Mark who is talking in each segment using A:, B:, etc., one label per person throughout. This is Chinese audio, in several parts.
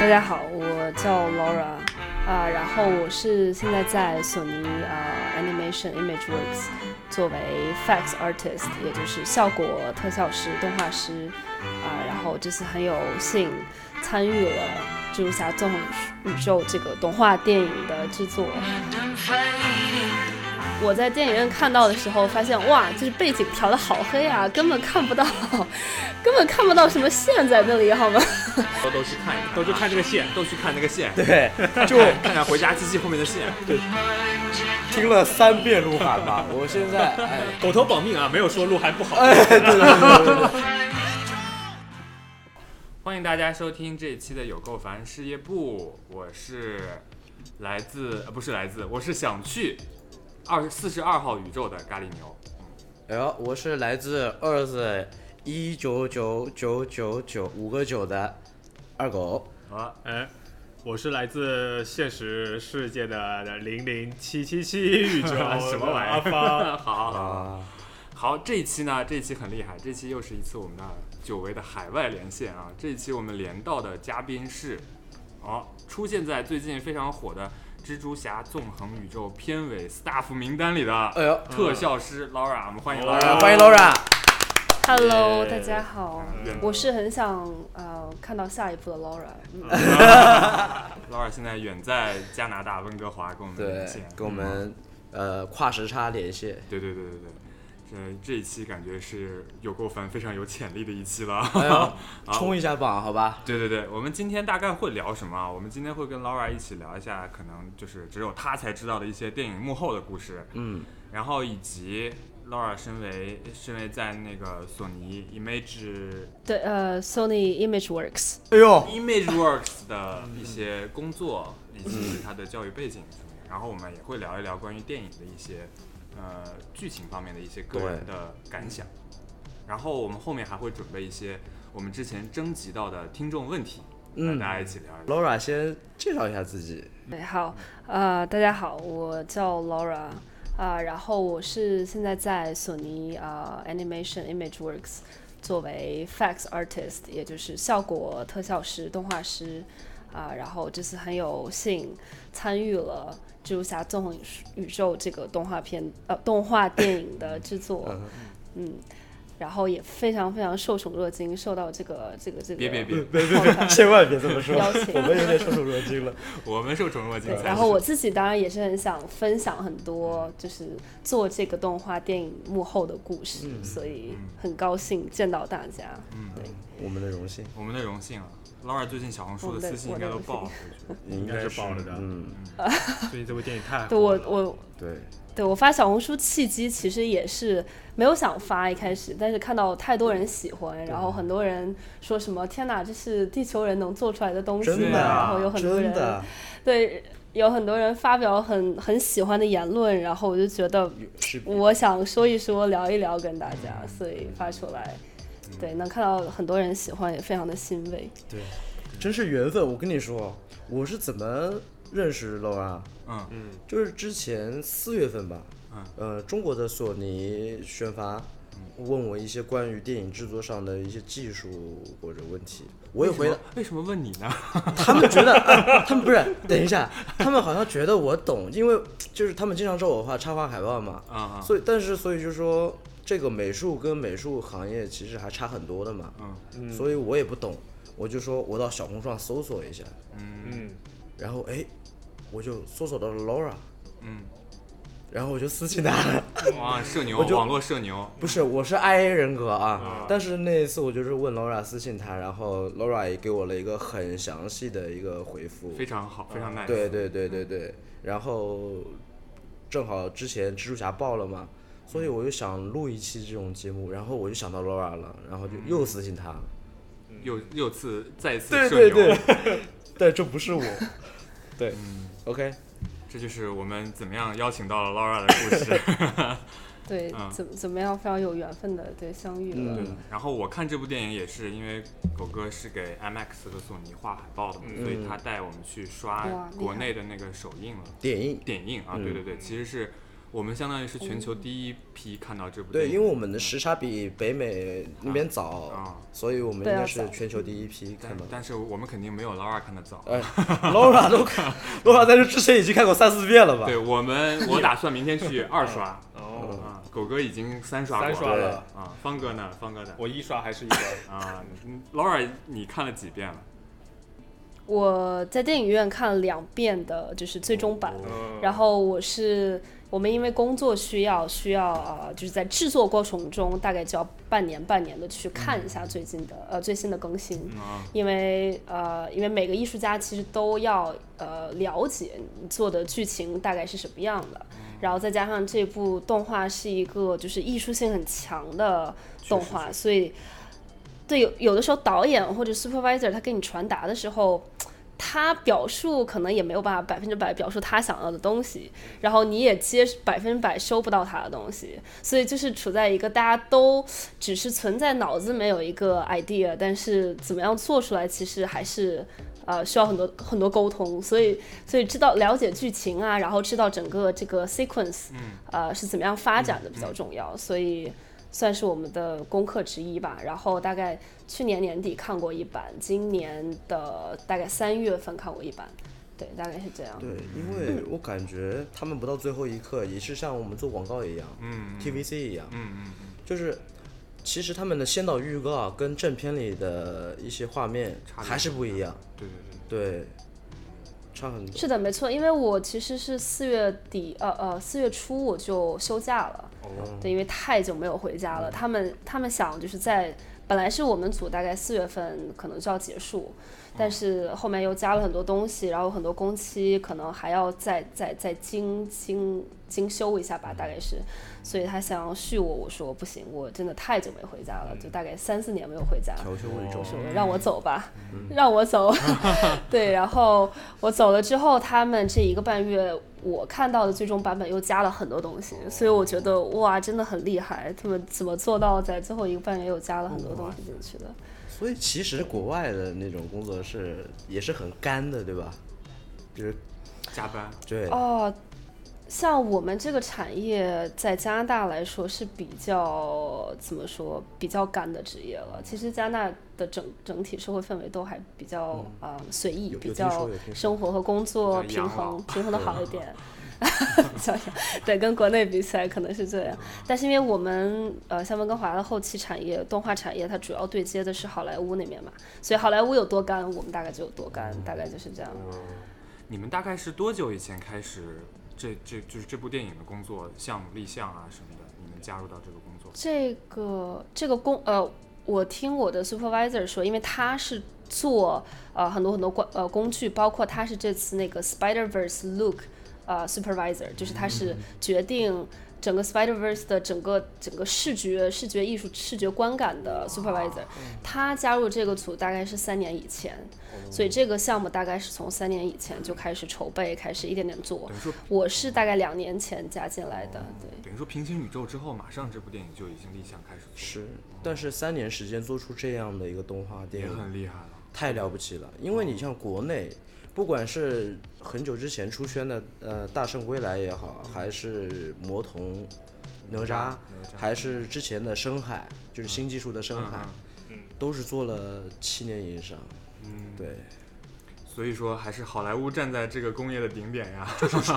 A: 大家好，我叫 Laura，啊、然后我是现在在索尼啊、Animation ImageWorks 作为 Effects Artist，也就是效果特效师、动画师，啊、然后这次很有幸参与了《蜘蛛侠：纵横宇宙》这个动画电影的制作。我在电影院看到的时候，发现哇，就是背景调的好黑啊，根本看不到， 根本看不到什么线在那里，好吗？
B: 都都去看一看，啊
C: 都去看这个线，
B: 都去看那个线，
D: 对，就
B: 看看回家机器后面的线。
D: 听了三遍鹿晗 吧。我现在哎，
C: 狗头保命啊，没有说鹿晗不好。
D: 哎，对对对对对，
B: 欢迎大家收听这一期的有够烦事业部，我是来自呃不是来自，我是想去二四十二号宇宙的咖喱牛。
D: 哎呦，我是来自二子一九九九九九五个九的二狗。
B: 啊，
C: 哎，我是来自现实世界的零零七七七宇宙，
B: 什么玩意
C: 阿
B: 儿？
C: 芳
B: 好好好好，这一期呢，这一期很厉害，这期又是一次我们的久违的海外连线啊。这一期我们连到的嘉宾是，哦，出现在最近非常火的《蜘蛛侠：纵横宇宙》片尾 staff 名单里的，
D: 哎呦
B: 特效师 Laura，我们欢迎
C: 哦
B: Laura。
D: 呃，欢迎 Laura。
A: Hello，
B: 耶
A: 大家好
B: 嗯，
A: 我是很想呃看到下一部的 Laura，嗯
B: Laura 现在远在加拿大温哥华，跟我们
D: 对
B: 连线，，
D: 跟我们呃跨时差连线。
B: 对对对对对。这这一期感觉是有够烦，非常有潜力的一期了。
D: 哎呦，冲一下榜，好吧？
B: 对对对，我们今天大概会聊什么啊？我们今天会跟 Laura 一起聊一下，可能就是只有她才知道的一些电影幕后的故事，
D: 嗯，
B: 然后以及 Laura 身为身为在那个索尼 Image
A: 对，呃，Sony ImageWorks，
D: 哎呦，
B: ImageWorks 的一些工作，以及她的教育背景什么的。然后我们也会聊一聊关于电影的一些呃剧情方面的一些个人的感想。然后我们后面还会准备一些我们之前征集到的听众问题，跟
D: 嗯
B: 大家一起聊一聊。
D: ，Laura 先介绍一下自己。
A: 对，好，呃，大家好，我叫 Laura，啊、然后我是现在在索尼啊、呃 Animation ImageWorks 作为 Effects Artist，也就是效果特效师、动画师，啊、然后这次很有幸参与了《蜘蛛侠：纵横宇宙》这个动画片呃动画电影的制作，嗯。然后也非常非常受宠若惊，受到这个这个这个
B: 别别别
D: 别
A: 好看
D: 千万别这么说
A: 邀请
D: 我们有点受宠若惊了。
B: 我们受宠若惊
A: 对，，然后我自己当然也是很想分享很多，就是做这个动画电影幕后的故事，
D: 嗯
A: 所以很高兴见到大家。
D: 我们的荣幸，
B: 我们的荣幸啊。Laura 最近小红书的私信应该都爆了，我觉
C: 应该是爆了的。
D: 嗯，
C: 最近这部电影太
A: 对
C: 火
A: 我
C: 了，
A: 我
D: 对，
A: 对我发小红书契机其实也是没有想发一开始，但是看到太多人喜欢，然后很多人说什么天哪，这是地球人能做出来的东西，
D: 真
B: 的啊
A: 然后有很多
D: 真
A: 人
D: 的，啊
A: 对有很多人发表很很喜欢的言论，然后我就觉得
D: 是
A: 我想说一说，聊一聊跟大家，所以发出来，对，能看到很多人喜欢，也非常的欣慰。
D: 对，真是缘分。我跟你说，我是怎么认识 Laura？
B: 嗯
D: 嗯，就是之前四月份吧，
B: 嗯，
D: 呃，中国的索尼宣发问我一些关于电影制作上的一些技术或者问题，我也
B: 得。
D: 回答。
B: 为什么问你呢？
D: 他们觉得、 啊他们不是，等一下，他们好像觉得我懂，因为就是他们经常找我画插画海报嘛，
B: 啊啊
D: 所以但是所以就说这个美术跟美术行业其实还差很多的嘛，
B: 嗯
D: 所以我也不懂，我就说我到小红书上搜索一下，
C: 嗯，
D: 然后哎，我就搜索到了 Laura，
B: 嗯，
D: 然后我就私信她了，
B: 哇，社牛，
D: 嗯我就
B: 网络社牛，
D: 不是，我是 I A 人格啊，但是那一次我就是问 Laura 私信她，然后 Laura 也给我了一个很详细的一个回复，
B: 非常好，非常 nice。
D: 嗯对对对对对，然后正好之前蜘蛛侠爆了嘛，所以我就想录一期这种节目，然后我就想到 Laura 了，然后就又私信她了。
B: 又又次再次
D: 对
B: 社
D: 对
B: 牛，
D: 对，但这不是我。对，OK，
B: 这就是我们怎么样邀请到了 Laura 的故事。
A: 对，
B: 嗯
A: 怎怎么样，非常有缘分的对相遇了。
D: 嗯
B: 然后我看这部电影也是因为狗哥是给 IMAX 和索尼画海报的嘛，所
D: 嗯
B: 以他带我们去
A: 哇
B: 刷
A: 厉害
B: 国内的那个首映了。
D: 电影嗯
B: 电影啊，对对对，其实是我们相当于是全
A: 哦
B: 球第一批看到这部电
D: 对，
B: 影。
D: 因为我们的时差比北美那边早，
B: 啊
D: 所以我们应
A: 对啊
D: 该是
A: 早
D: 全球第一批看
B: 但
D: 到。
B: 但是我们肯定没有 Laura 看的早。
D: 哎，Laura 都看，Laura 在这之前已经看过三四遍了吧？嗯
B: 对我们， 我打算明天去二刷。
C: 哦，
B: 啊，狗哥已经三刷过
C: 三刷了，
B: 啊，方哥呢？方哥呢？
C: 我一刷还是一 刷。
B: 啊嗯，Laura，你看了几遍了？
A: 我在电影院看了两遍的，就是最终版。
C: 嗯，
A: 然后我是我们因为工作需要，需要呃，就是在制作过程中大概就要半年半年的去看一下最近
B: 嗯
A: 的、呃最新的更新，
B: 啊，
A: 因为呃因为每个艺术家其实都要呃了解你做的剧情大概是什么样的，
B: 嗯
A: 然后再加上这部动画是一个就是艺术性很强的动画，
B: 确实
A: 所以对有有的时候导演或者 supervisor 他给你传达的时候。他表述可能也没有办法百分之百表述他想要的东西，然后你也接百分之百收不到他的东西，所以就是处在一个大家都只是存在脑子没有一个 idea，但是怎么样做出来，其实还是呃需要很多很多沟通，所以所以知道了解剧情啊，然后知道整个这个 sequence，、呃是怎么样发展的比较重要，所以算是我们的功课之一吧。然后大概去年年底看过一版，今年的大概三月份看过一版，对，大概是这样。
D: 对，因为我感觉他们不到最后一刻，也是像我们做广告一样
B: 嗯，
D: ，TVC 一样，
B: 嗯嗯嗯，
D: 就是其实他们的先导预告啊，跟正片里的一些画面
B: 差别
D: 还是不一样，
B: 对对
D: 对，差很多。
A: 是的，没错，因为我其实是四月底，呃呃，四月初我就休假了，对，因为太久没有回家了。他们他们想就是在本来是我们组大概四月份可能就要结束，但是后面又加了很多东西，然后很多工期可能还要再再再精精精修一下吧，大概是，
D: 嗯
A: 所以他想要续我，我说不行，我真的太久没回家了，就大概三四年没有回家了。
D: 嗯调休为重
A: 我，说让我走吧，
D: 嗯
A: 让我 走。对，然后我走了之后，他们这一个半月，我看到的最终版本又加了很多东西，
D: 哦
A: 所以我觉得哇，真的很厉害，他们怎么做到在最后一个半月又加了很多东西进去的？
D: 所以其实国外的那种工作室也是很干的，对吧？就是
B: 对，加班，
D: 对，
A: 哦，像我们这个产业在加拿大来说是比较怎么说比较干的职业了。其实加拿大的整整体社会氛围都还比较啊、呃随意，
D: 嗯有
A: 比
D: 有听说
A: 较
D: 有听说
A: 生活和工作
B: 比较
A: 平
B: 养
D: 啊
B: 老
A: 衡平衡的好一 点。 小杨，对，跟国内比起来可能是这样，
D: 嗯
A: 但是因为我们呃，像温哥华的后期产业、动画产业，它主要对接的是好莱坞那边嘛，所以好莱坞有多干，我们大概就有多干，大概就是这样。
B: 你们大概是多久以前开始这这就是这部电影的工作项目立项啊什么的？你们加入到这个工作？
A: 这个这个工呃，我听我的 supervisor 说，因为他是做呃很多很多关呃工具，包括他是这次那个 Spider Verse Look 呃 supervisor，就是他是决定整个 Spider Verse 的整个整个视觉视觉艺术视觉观感的 supervisor。他加入这个组大概是三年以前，所以这个项目大概是从三年以前就开始筹备，开始一点点做
B: 等于。说
A: 我是大概两年前加进来的，对。
B: 等于说平行宇宙之后，马上这部电影就已经立项开始做，
D: 是，但是三年时间做出这样的一个动画电
B: 也
D: 影，
B: 很厉害了。
D: 太了不起了，因为你像国内，不管是很久之前出圈的呃《大圣归来》也好，还是《魔童》哪吒，还是之前的《深海》，就是新技术的《深海》
C: 嗯
D: 都是做了七年以上。嗯，对，
B: 所以说，还是好莱坞站在这个工业的顶点呀。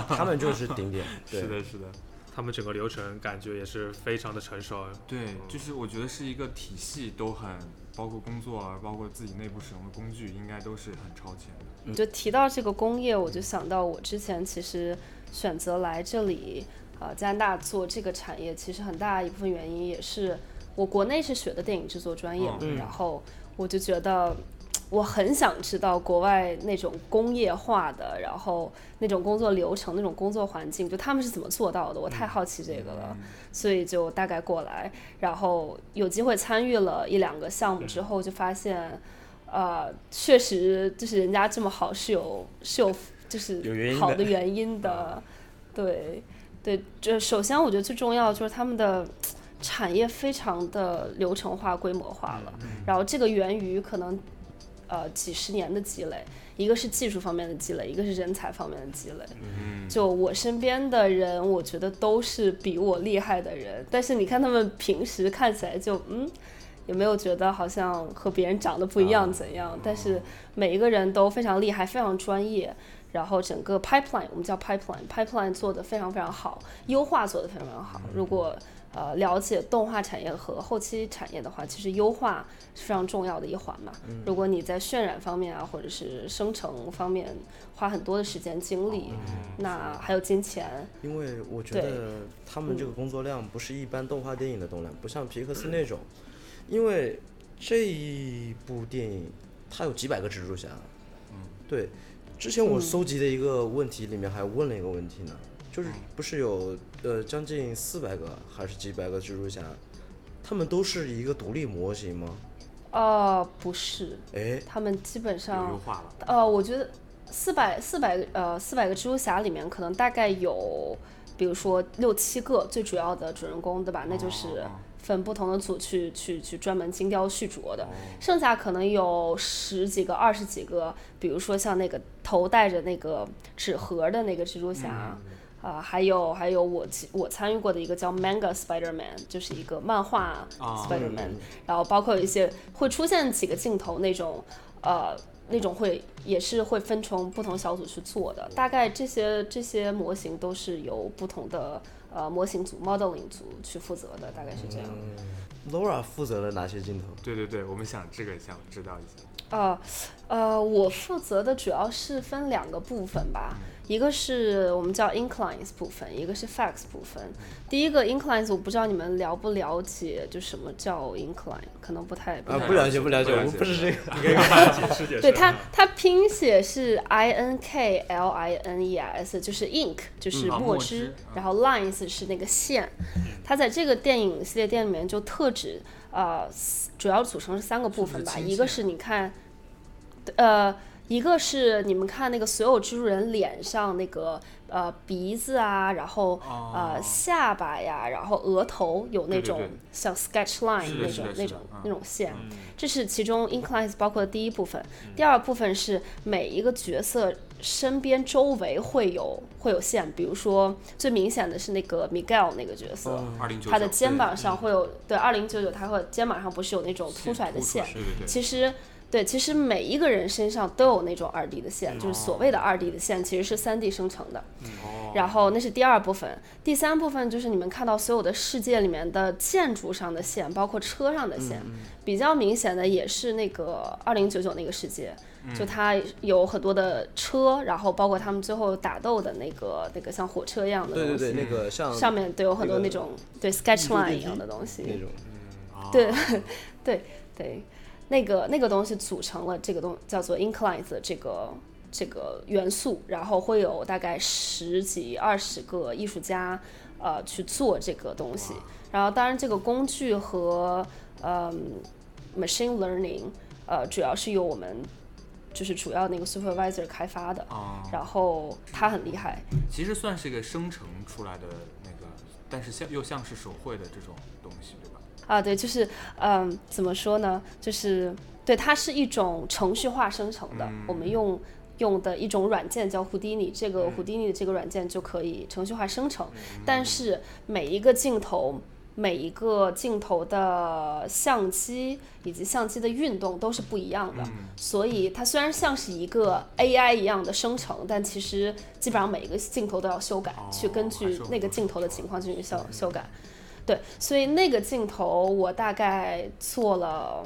D: 他们 就是顶点。对
B: 是，的，是的。
C: 他们整个流程感觉也是非常的成 熟。
B: 对，就是我觉得是一个体系都很，包括工作啊，包括自己内部使用的工具，应该都是很超前的。
A: 就提到这个工业，我就想到我之前其实选择来这里，呃，加拿大做这个产业，其实很大一部分原因也是我国内是学的电影制作专业嘛，然后我就觉得我很想知道国外那种工业化的，然后那种工作流程、那种工作环境，就他们是怎么做到的，我太好奇这个了，所以就大概过
D: 嗯
A: 来，然后有机会参与了一两个项目之后，就发现。呃，确实就是人家这么好是有是有就是
D: 有原因的嗯
A: 好的原因 的，对对，这首先我觉得最重要就是他们的
D: 嗯
A: 产业非常的流程化、规模化了，然后这个源于可能。呃几十年的积累，一个是技术方面的积累，一个是人才方面的积累。
B: 嗯，
A: 就我身边的人，我觉得都是比我厉害的人，但是你看他们平时看起来就嗯，也没有觉得好像和别人长得不一样怎样，但是每一个人都非常厉害，非常专业。然后整个 pipeline 我们叫 pipeline pipeline 做的非常非常好，优化做的非常非常好。如果呃了解动画产业和后期产业的话，其实优化是非常重要的一环嘛。如果你在渲染方面啊，或者是生成方面花很多的时间精力，那还有金钱，
D: 因为我觉
A: 对嗯
D: 得他们这个工作量不是一般动画电影的动量，不像皮克斯那种，因为这一部电影它有几百个蜘蛛侠，
B: 嗯，
D: 对。之
A: 嗯
D: 前我搜集的一个问题里面还问了一个问题呢，就是
B: 嗯
D: 不是有呃将近四百个还是几百个蜘蛛侠，他们都是一个独立模型吗？
A: 呃，不是，
D: 哎，
A: 他们基本
B: 有优
A: 上
B: 化了，
A: 呃，我觉得四百四百呃四百个蜘蛛侠里面，可能大概有，比如说六七个最主要的主人公，对吧？那就是
B: 哦
A: 分不同的组去去去专门精雕细琢
B: 哦
A: 的，剩下可能有十几个、二十几个，比如说像那个头戴着那个纸盒的那个蜘蛛侠。
B: 嗯
A: 啊、还有还有我其我参与过的一个叫 Manga Spider-Man，就是一个漫画
B: 啊
A: Spider-Man，、然后包括有一些会出现几个镜头那种，呃，那种会也是会分成不同小组去做的。大概这些这些模型都是由不同的呃模型组 modeling 组去负责的，大概是这样。
D: Laura 负责了哪些镜头？
B: 对对对，我们想这个想知道一下，
A: 呃，呃，我负责的主要是分两个部分吧，一个是我们叫 inclines 部分，一个是 fax 部分。第一个 inclines 我不知道你们了不了解，就什么叫 incline，可能不太
D: 啊，
B: 太
D: 不了解，不了解，
B: 不
D: 我
B: 了
D: 们
B: 解
D: 不是这个。
C: 你可以给大家解释解释。
A: 对它，它拼写是 i n k l i n e s，就是 ink，就是
B: 嗯啊嗯
A: 墨
B: 墨
A: 汁，
B: 汁
A: 然后 lines 是那个线。它在这个电影系列电影里面就特指呃，四主要组成是三个部分吧，
B: 是不是
A: 一个
B: 亲
A: 是你看，呃，一个是你们看那个所有蜘蛛人脸上那个呃鼻子啊，然后、呃
B: 哦
A: 下巴呀，然后额头有那
B: 对对
A: 种
B: 对
A: 像 sketch line
B: 是的
A: 那
B: 是
A: 种
B: 的是
A: 那
B: 的
A: 种
B: 嗯
A: 那种线。这是其中 inclines 包括的第一部分，第二部分是每一个角色身边周围会有会有线，比如说最明显的是那个 Miguel 那个角色，
D: 嗯
B: 二嗯零九
A: 他的肩膀上会有对二零九九，他会肩膀上不是有那种凸出来的线，
B: 对对对，
A: 其实。对，其实每一个人身上都有那种二 D 的线，就是所谓的二 D 的线，其实是三 D 生成的。
B: 哦，
A: 然后那是第二部分，第三部分就是你们看到所有的世界里面的建筑上的线，包括车上的线，比较明显的也是那个二零九九那个世界，就它有很多的车，然后包括他们最后打斗的那个那个像火车一样的东
D: 对
A: 西，
D: 对对，那个像
A: 上面对有很多
D: 那
A: 那
D: 个
A: 种、对 sketch
D: 度
A: line
D: 电
A: 一样
D: 梯
A: 的东西，
D: 那种。
A: 对对对，那个那个东西组成了这个东叫做 inclines 的这个这个元素，然后会有大概十几二十个艺术家呃去做这个东西，然后当然这个工具和嗯 machine learning 呃主要是由我们就是主要那个 supervisor 开发的，
B: 啊，
A: 然后他很厉害，
B: 其实算是一个生成出来的那个，但是像又像是手绘的这种东西，对吧？
A: 啊，对，就是嗯，怎么说呢？就是对，它是一种程序化生成的，
B: 嗯
A: 我们用用的一种软件叫 Houdini，这
B: 嗯
A: 个 Houdini 的这个软件就可以程序化生成，但是每一个镜头。每一个镜头的相机以及相机的运动都是不一样
B: 嗯
A: 的，所以它虽然像是一个 AI 一样的生成，但其实基本上每一个镜头都要修改，去根
B: 哦还
A: 据
B: 是有
A: 那个
B: 很多嗯
A: 镜头的情况进行修修改。对，所以那个镜头我大概做了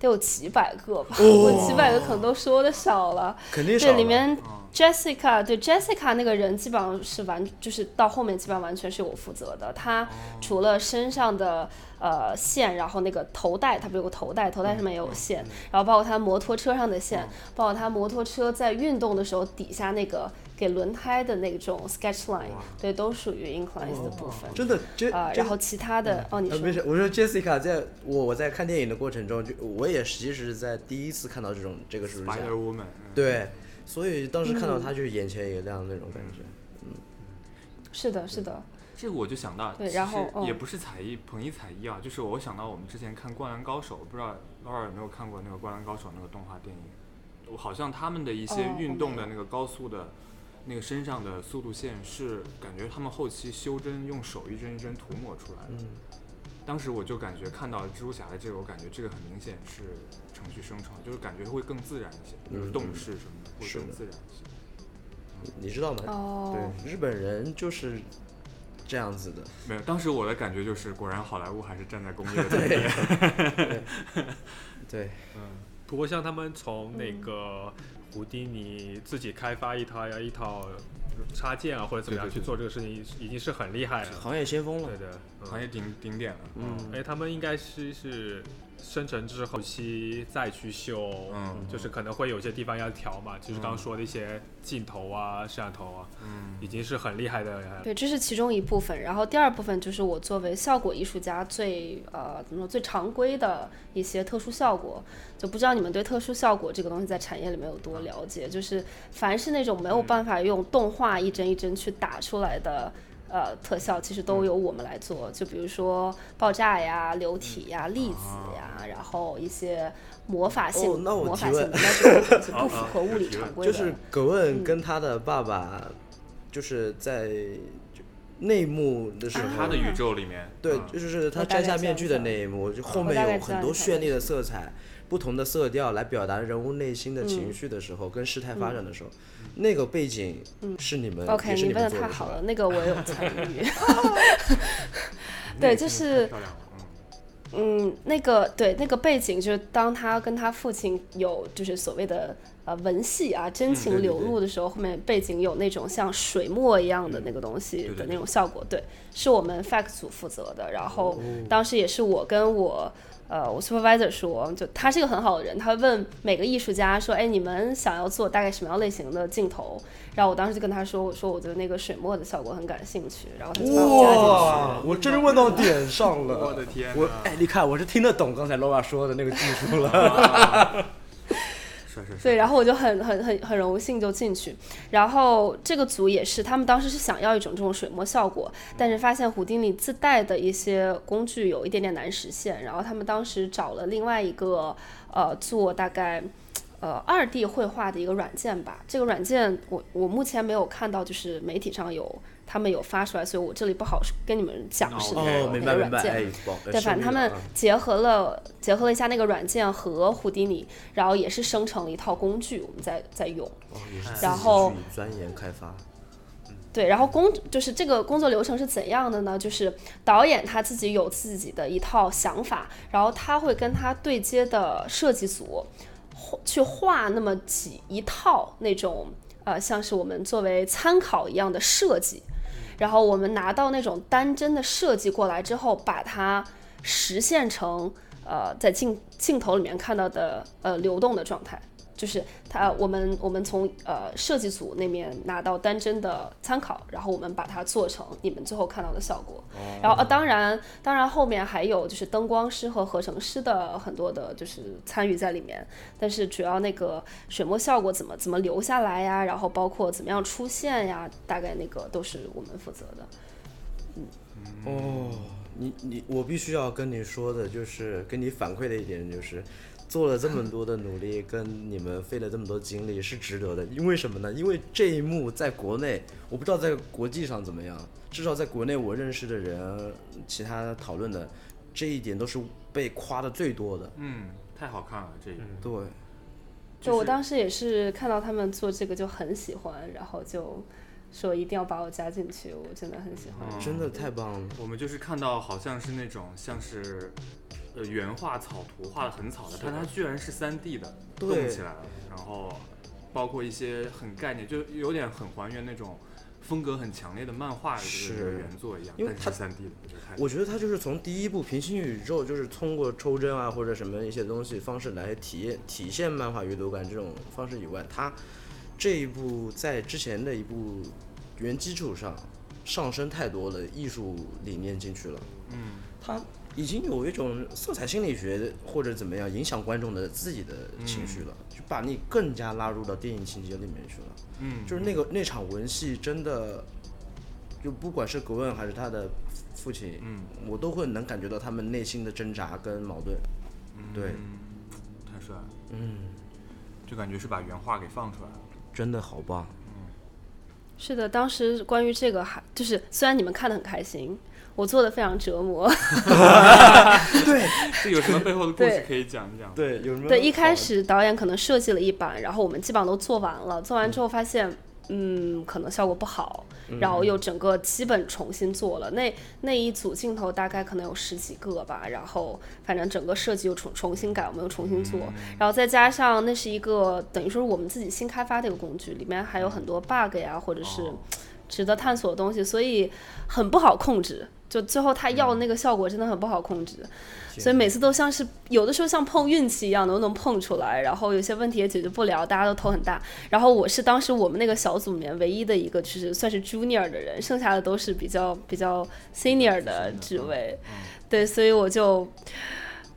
A: 得有几百个吧，我几百个可能都说的少了。
D: 肯哦定少
A: 对，
D: 了。嗯
A: 里面 Jessica 对 Jessica 那个人基本上是完，就是到后面基本上完全是我负责的。
D: 哦
A: 她除了身上的呃线，然后那个头带，她不是有个头带，
D: 嗯
A: 头带上面也有线，然后包括她摩托车上的线，包括她摩托车在运动的时候底下那个给轮胎的那种 sketch line，对，都属于
D: 哦
A: inclines 的部分。
D: 真的这
A: 啊、
D: 这
A: 然后其他的哦，你
D: 呃，
A: 说
D: 没事，我说 Jessica 在我我在看电影的过程中，就我也其实是在第一次看到这种这个蜘蛛侠
B: Spider，Woman，
D: 对，
A: 嗯
D: 所以当时看到他就眼前一亮那种感觉。
A: 是的，是的，
B: 这个我就想到，
A: 对
B: 其
A: 然后
B: 实
A: 嗯
B: 也不是才艺捧一才艺啊，就是我想到我们之前看《灌篮高手》，不知道 Laura 有没有看过那个《灌篮高手》那个动画电影？我好像他们的一些
A: 哦我
B: 运动
A: 没
B: 的
A: 有
B: 那个高速的，那个身上的速度线是感觉他们后期修真用手一针一针涂抹出来
D: 嗯
B: 的。当时我就感觉看到蜘蛛侠的这个，我感觉这个很明显是程序生成的，就是感觉会更自然一些，就是
D: 嗯
B: 动
D: 嗯
B: 势什么的会
D: 是
B: 更
D: 的
B: 自然一些。
D: 你知道吗？
A: 哦，
D: 对，日本人就是这样子的。
B: 没有，当时我的感觉就是，果然好莱坞还是站在工业 的对面。
D: 对，
C: 不过像他们从那个
A: 嗯
C: 胡迪尼自己开发一套一套插件啊，或者怎么样
B: 对对对
C: 去做这个事情，已经是很厉害了。
D: 行业先锋
C: 对
D: 了。
C: 的，嗯
B: 行业顶顶点了。
D: 嗯，
C: 哎，他们应该是是生成之后期再去修，
B: 嗯
C: 就是可能会有些地方要调嘛，就是刚刚说的一些镜头啊、摄像头啊，
B: 嗯，
C: 已经是很厉害的哎了。
A: 对，这是其中一部分。然后第二部分就是我作为效果艺术家最呃怎么说最常规的一些特殊效果，就不知道你们对特殊效果这个东西在产业里面有
B: 嗯
A: 多了解？就是凡是那种没有办法用动画一帧一帧去打出来的。呃，特效其实
B: 嗯
A: 都由我们来做，就比如说爆炸呀、流体呀、粒子呀，
B: 啊
A: 然后一些魔法性、
D: 哦那我
A: 魔法
D: 提
A: 性
D: 问
A: 的，那是不符
B: 啊
A: 合物
B: 有
A: 理
B: 提问
A: 常规
D: 就
A: 的。
D: 是葛
A: 嗯
D: 问跟他的爸爸，就是在就内幕的时
B: 是
D: 候，
B: 他的宇宙里面。
D: 对
B: 嗯，
D: 就是他
A: 我大
D: 摘
A: 概
D: 下面
A: 知
D: 具
A: 道
D: 的那一幕，就后
A: 我大概
D: 面有
A: 知道
D: 很
A: 你
D: 多
A: 想
D: 绚
A: 说
D: 丽的色彩，不同的色调来表达人物内心的情绪的时候，跟事态发展的时候，那个背景是你们
A: 嗯 OK，
D: 也是
A: 你
D: 你
A: 问
D: 们
A: 的
D: 做
A: 太
D: 是
A: 好
D: 吧
A: 了，那个我有参与。
B: 那
A: 对
B: 个
A: 就
B: 真的
A: 是
B: 太漂亮了。嗯
A: 嗯，那个对，那个背景就是当他跟他父亲有就是所谓的呃文戏啊真
D: 对
A: 情
D: 对
A: 流
D: 对
A: 露的时候，后面背景有那种像水墨一样的那个东西
B: 对
A: 的
B: 对
A: 那
B: 对
A: 种效果，对，是我们 fact 组负责的。然后当时也是我跟我呃我 supervisor 说，就他是一个很好的人，他会问每个艺术家说，哎，你们想要做大概什么样类型的镜头？然后我当时就跟他说，我说我对那个水墨的效果很感兴趣，然后他就把我加进去了。
D: 哇，我真是问到点上了，
B: 我的天
D: 我
B: 哪
D: 哎，你看，我是听得懂刚才 Laura 说的那个技术了。
B: 帅帅帅！
A: 对，然后我就很很很很荣幸就进去。然后这个组也是，他们当时是想要一种这种水墨效果，但是发现胡丁里自带的一些工具有一点点难实现。然后他们当时找了另外一个呃做大概。呃，二 D 绘画的一个软件吧，这个软件我我目前没有看到，就是媒体上有他们有发出来，所以我这里不好跟你们讲是哪
D: 哦，
A: 个
D: 明
A: 哪
D: 白
A: 个
D: 明
A: 软
D: 白，
A: 件。
D: 哎，不好
A: 对，反正他们结合了结合了一下那个软件和胡迪尼，然后也是生成了一套工具，我们在在用。
D: 哦
A: 然后
D: 钻研开发，
A: 对，然后工就是这个工作流程是怎样的呢？就是导演他自己有自己的一套想法，然后他会跟他对接的设计组画去画那么几一套那种呃，像是我们作为参考一样的设计。然后我们拿到那种单帧的设计过来之后，把它实现成呃在镜镜头里面看到的呃流动的状态。就是它，我们我们从呃设计组那边拿到单帧的参考，然后我们把它做成你们最后看到的效果。然后呃，当然当然后面还有就是灯光师和合成师的很多的就是参与在里面，但是主要那个水墨效果怎么怎么留下来呀，然后包括怎么样出现呀，大概那个都是我们负责的。
D: 哦，你你我必须要跟你说的就是跟你反馈的一点就是。做了这么多的努力，跟你们费了这么多精力是值得的，因为什么呢？因为这一幕在国内，我不知道在国际上怎么样，至少在国内我认识的人，其他讨论的这一点都是被夸的最多的。
B: 嗯，太好看了这一部。
D: 对，
A: 就我当时也是看到他们做这个就很喜欢，然后就说一定要把我加进去，我真的很喜欢。
D: 真的太棒了。
B: 我们就是看到好像是那种像是呃原画草图画的很草的，但它居然是三 D 的，动
D: 对
B: 起来了，然后包括一些很概念，就有点很还原那种。风格很强烈的漫画的
D: 是
B: 原作一样，
D: 因为
B: 但
D: 它
B: 是三 D 的，我觉得太
D: 我觉得他就是从第一部平行宇宙，就是通过抽帧啊或者什么一些东西方式来体验体现漫画阅读感这种方式以外，他这一部在之前的一部原基础上上升太多了，艺术理念进去了。
B: 嗯，
D: 他已经有一种色彩心理学或者怎么样影响观众的自己的情绪了，就把你更加拉入到电影情节里面去了。
B: 嗯，
D: 就是那个那场文戏真的就不管是格问还是他的父亲，
B: 嗯，
D: 我都会能感觉到他们内心的挣扎跟矛盾。对，
B: 太帅了，
D: 嗯，
B: 就感觉是把原话给放出来了。
D: 真的好棒。
A: 是的，当时关于这个还就是，虽然你们看得很开心，我做的非常折磨。
B: 这有什么背后的故事
A: 对
B: 可以讲一讲？
D: 对，有什么
A: 对，一开始导演可能设计了一版，然后我们基本上都做完了，做完之后发现，嗯，可能效果不好，
D: 嗯
A: 然后又整个基本重新做了。那那一组镜头大概可能有十几个吧，然后反正整个设计又重重新改，我们又重新做，
D: 嗯
A: 然后再加上那是一个等于说是我们自己新开发的一个工具，里面还有很
D: 嗯
A: 多 bug 呀，或者是
B: 哦
A: 值得探索的东西，所以很不好控制。就最后他要
D: 嗯
A: 的那个效果真的很不好控制，所以每次都像是有的时候像碰运气一样能不能碰出来，然后有些问题也解决不了，大家都头很大。然后我是当时我们那个小组里面唯一的一个就是算是 junior 的人，剩下的都是比较比较 senior 的职位，对，所以我就。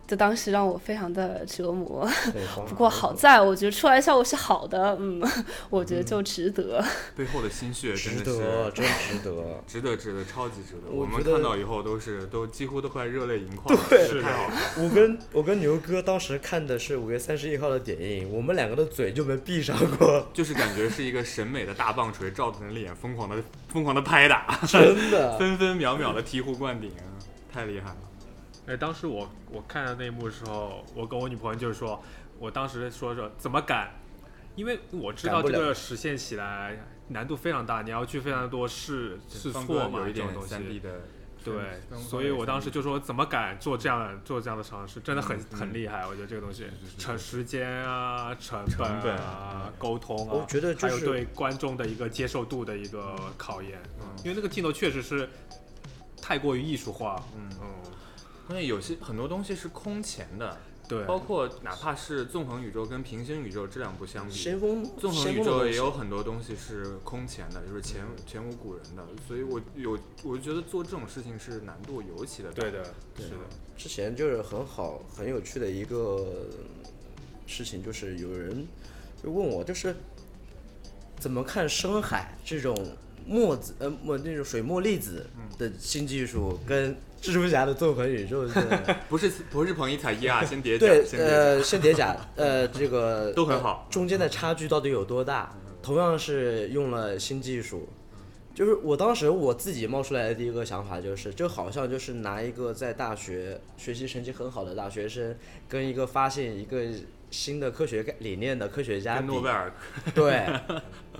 A: 就当时让我非常的折磨， 不过好在我觉得出来效果是好的，嗯， 我觉得就值得。
B: 背后的心血真
D: 值
B: 的
D: 得，
B: 是
D: 真值得。
B: 值得，值得，超级值得。
D: 我
B: 我们
D: 觉得
B: 看到以后都是都几乎都快热泪盈眶了，
D: 对
B: 是太好了。
D: 我跟我跟牛哥当时看的是五月三十一号的点映，我们两个的嘴就没闭上过，
B: 就是感觉是一个审美的大棒锤照着你的脸疯狂的疯狂的拍打，
D: 真的。
B: 分分秒秒的醍醐灌顶，啊太厉害了。
C: 哎，当时我我看到那一幕的时候，我跟我女朋友就是说，我当时说说怎么赶，因为我知
D: 赶
C: 道
D: 不
C: 这
D: 了
C: 个实现起来难度非常大，你要去非常多试试
B: 方
C: 错
B: 哥
C: 嘛，
B: 有一
C: 这种
B: 点
C: 东
B: 三 D
C: 西。
B: 的，
C: 对
B: 方，
C: 嗯所以我当时
B: 就
C: 就说怎么敢做这样做这样的尝试，真的很、
B: 嗯
C: 很厉害。我觉得这个东西
B: 是是，是
C: 成时间啊、成本
B: 成本
C: 啊
B: 啊、
C: 沟通啊，
D: 我觉得就
C: 还有
D: 是
C: 对观众的一个接受度的一个考验，
B: 嗯
C: 因为那个镜头确实是太过于艺术化。
B: 嗯
C: 嗯，
B: 关键有些很多东西是空前的，
C: 对，
B: 包括哪怕是纵横宇宙跟平行宇宙这两部相比，
D: 先锋，
B: 嗯纵横
D: 先
B: 宇
D: 锋的
B: 宙
D: 东
B: 也
D: 西
B: 有很多东西是空前的，就是前前无古人的，所以我有我觉得做这种事情是难度尤其的大。
C: 对的，
B: 是
C: 是的。
B: 的，
D: 之前就是很好很有趣的一个事情，就是有人就问我，就是怎么看深海这种墨子呃墨那种水墨粒子的新技术跟蜘蛛侠的纵横宇宙的
B: 不是不是彭一彩一啊，先叠加，
D: 对
B: 先叠加。
D: 呃先叠甲呃这个
B: 都很好
D: 呃中间的差距到底有多大？同样是用了新技术，就是我当时我自己冒出来的第一个想法就是，就好像就是拿一个在大学学习成绩很好的大学生，跟一个发现一个新的科学概理念的科学家
B: 跟
D: 比
B: 诺，贝尔
D: 对，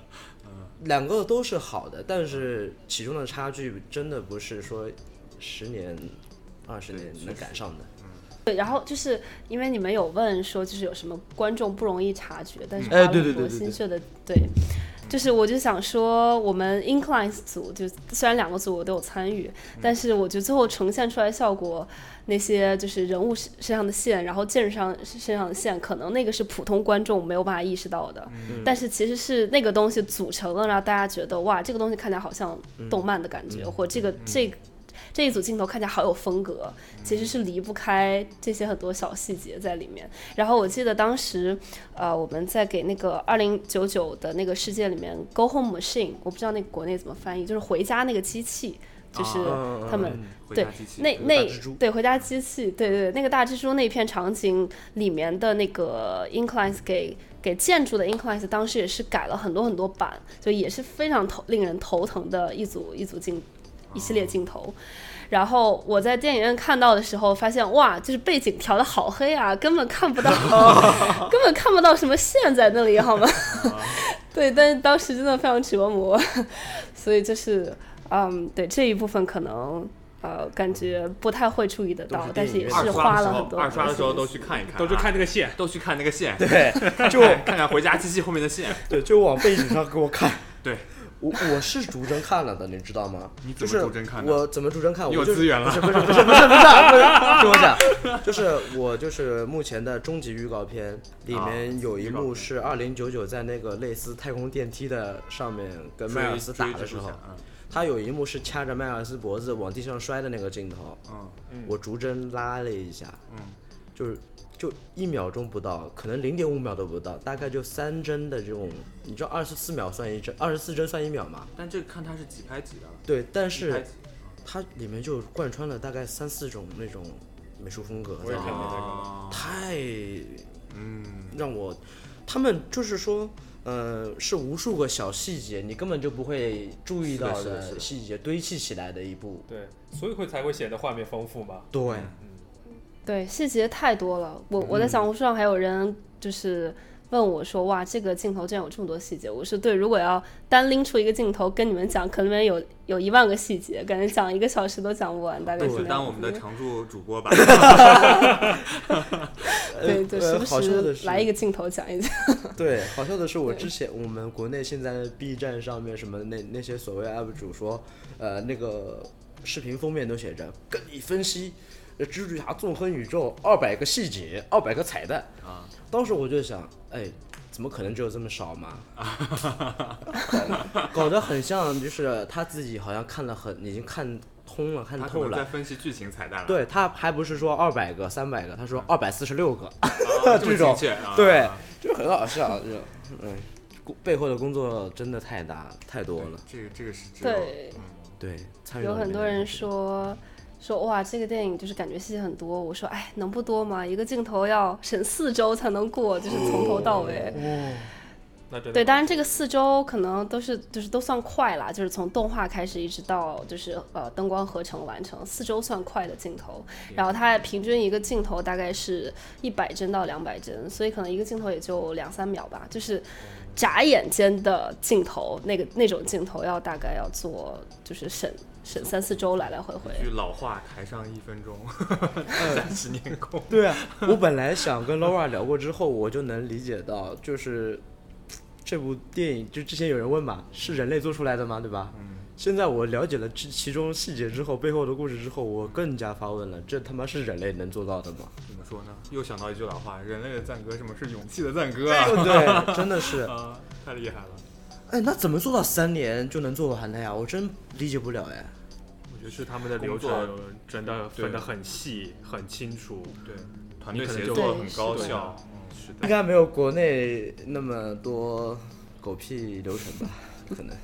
D: 两个都是好的，但是其中的差距真的不是说十年、二十年能赶上 的。
A: 对，然后就是因为你们有问说，就是有什么观众不容易察觉，但是
D: 嗯哎
A: 花了
D: 对
A: 很
D: 对
A: 多
D: 对对
A: 心
D: 对
A: 血的，对，就是我就想说，我们 inclines 组就虽然两个组我都有参与，
D: 嗯
A: 但是我觉得最后呈现出来效果，那些就是人物身身上的线，然后建筑上身上的线，可能那个是普通观众没有办法意识到
D: 嗯
A: 的，
B: 嗯
A: 但是其实是那个东西组成了，让大家觉得哇，这个东西看起来好像
B: 嗯
A: 动漫的感觉，或这个、这个。这一组镜头看起来好有风格，其实是离不开这些很多小细节在里面。然后我记得当时，呃，我们在给那个二零九九的那个世界里面，Go Home Machine，我不知道那个国内怎么翻译，就是回家那个机器，就是
B: 嗯
D: 啊
A: 他们、
B: 回
A: 对
B: 答机器，嗯
A: 那
D: 回家
A: 那
D: 蜘蛛
A: 对回家机器，对对，对那个大蜘蛛那片场景里面的那个 inclines 给给建筑的 inclines，当时也是改了很多很多版，就也是非常头令人头疼的一组一组镜一系列镜头。然后我在电影院看到的时候，发现哇，就是背景调的好黑啊，根本看不 到，根本看不到什么线在那里， 好吗？对，但是当时真的非常折磨， 所以就是，嗯，对这一部分可能呃感觉不太会注意得
D: 都
A: 到
D: 是，
A: 但
D: 电
A: 是
D: 影
A: 也
D: 院
A: 是
B: 二
A: 花
B: 刷
A: 了
B: 的时
A: 很
B: 候，
A: 多
B: 二刷的时候
A: 心
B: 都
A: 思
B: 去看一看啊，
C: 都去看那个线，
B: 都去看那个线，
D: 对，就
B: 看看看回家机器后面的线。
D: 对，就往背景上给我看。
B: 对，
D: 我我是逐帧看了的，你知道吗？
B: 你怎
D: 就
B: 么
D: 是
B: 逐帧看的
D: 我怎么逐帧看？我
B: 你有
D: 就是
B: 资源了
D: 不是不是不是不是不是不是，听我讲，就是我就是目前的终极预告片里面有一
B: 啊预告
D: 幕
B: 片
D: 是二零九九在那个类似太空电梯的上面跟迈尔斯打
B: 追
D: 的时候，，
B: 追
D: 他有一幕是掐着迈尔斯脖子往地上摔的那个镜头，
B: 蜘蛛侠嗯
D: 我逐帧拉了一下，
B: 嗯嗯，
D: 就是就一秒钟不到，可能零点五秒都不到，大概就三帧的这种，你知道二十四秒算一帧，二十四帧算一秒嘛？
B: 但这个看它是几拍几的，
D: 对，但
B: 几拍
D: 是
B: 几
D: 它里面就贯穿了大概三四种那种美术风格
C: 我也
D: 在里
C: 看
D: 面，
C: 过这个
B: 哦
D: 太
B: 嗯，
D: 让我，他们就是说，呃，是无数个小细节，你根本就不会注意
B: 是的
D: 到
B: 是的是的
D: 细节堆砌起来的一部。
C: 对，所以会才会显得画面丰富嘛。
D: 对，
A: 对，细节太多了。我我
B: 嗯
A: 在小红书上还有人就是问我说：“哇，这个镜头竟然有这么多细节！”我说：“对，如果要单拎出一个镜头跟你们讲，可能里面有有一万个细节，感觉讲一个小时都讲不完，大概
B: 那
A: 是
B: 就
A: 那
B: 当
A: 样
B: 我们的
A: 子。
B: 常驻主播 吧。
A: 对对，时
D: 呃
A: 不
D: 好笑的
A: 时
D: 是
A: 来一个镜头讲一讲。
D: 对，好笑的是，我之前我们国内现在 B 站上面什么那那些所谓 UP 主说，呃，那个视频封面都写着跟你分析呃蜘蛛侠纵横宇宙二百个细节，二百个彩蛋
B: 啊。
D: 当时我就想，哎，怎么可能只有这么 少嘛？搞搞得很像，就是他自己好像看了很，已经看通了，看
B: 他可
D: 透
B: 能在
D: 了。
B: 分析剧情彩蛋了，
D: 对他还不是说二百个、三百个，他
B: 嗯
D: 说二百四十六个。
B: 啊，
D: 这
B: 么
D: 种
B: 精确啊，
D: 对，就很好 笑，就嗯，工背后的工作真的太大太多了，
B: 这个这个是”只哦有
A: 对，
D: 对，参与
A: 有
D: 到里
A: 很
D: 面
A: 多
D: 的
A: 人
D: 东西，
A: 说说哇，这个电影就是感觉细节很多。我说哎，能不多吗？一个镜头要审四周才能过，就是从头到尾。
B: 哦
C: 那真的
A: 对，当然这个四周可能都是就是都算快啦，就是从动画开始一直到就是呃灯光合成完成，四周算快的镜头。然后它平均一个镜头大概是一百帧到两百帧，所以可能一个镜头也就两三秒吧，就是眨眼间的镜头，那个那种镜头要大概要做就是审审三四周来来回回。
B: 句老话，台上一分钟，
A: 呃
B: 三十年功。
D: 对 啊，我本来想跟 Laura 聊过之后，我就能理解到，就是这部电影，就之前有人问嘛，是人类做出来的吗？对吧？
B: 嗯，
D: 现在我了解了其其中细节之后，背后的故事之后，我更加发问了：这他妈是人类能做到的 吗？
B: 怎么说呢？又想到一句老话，人类的赞歌，什么是勇气的赞歌
A: 哎
B: 啊？
D: 对不对？ 真的是，
B: 啊，太厉害了！
D: 哎，那怎么做到三年就能做完的呀？我真理解不了哎。
C: 我觉得是他们的
B: 工
C: 流
B: 作
C: 程真的分
B: 对
C: 得很细、很清楚。
B: 对，团队
C: 你可能
B: 协
C: 就
B: 作
A: 会
B: 很高
A: 对是的
B: 效。嗯，是
D: 应
B: 的，
D: 该没有国内那么多狗屁流程 吧？可能。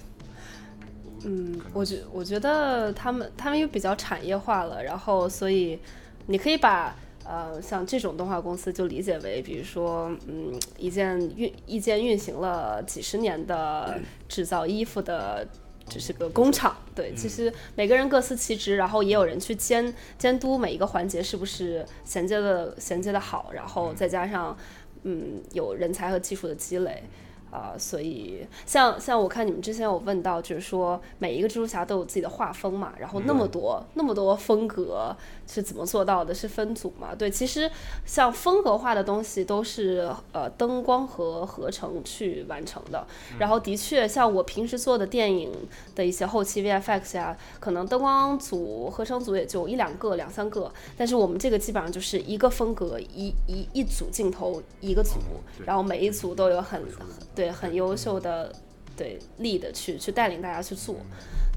A: 嗯
B: 可，能
A: 我觉我觉得他们他们又比较产业化了，然后所以你可以把呃像这种动画公司就理解为，比如说嗯一件运一件运行了几十年的
B: 嗯
A: 制造衣服的。只是个工厂，对，
B: 嗯
A: 其实每个人各司其职，然后也有人去监监督每一个环节是不是衔接的衔接的好，然后再加上，嗯，有人才和技术的积累，啊、所以像像我看你们之前有问到，就是说每一个蜘蛛侠都有自己的画风嘛，然后那么多、那么多风格是怎么做到的？是分组嘛？对，其实像风格化的东西都是呃灯光和合成去完成的。然后的确，像我平时做的电影的一些后期 VFX 呀、可能灯光组、合成组也就一两个、两三个，但是我们这个基本上就是一个风格一一一组镜头一个组。
B: 对
A: 然后每一组都有很很对很优秀的对力的去去带领大家去做，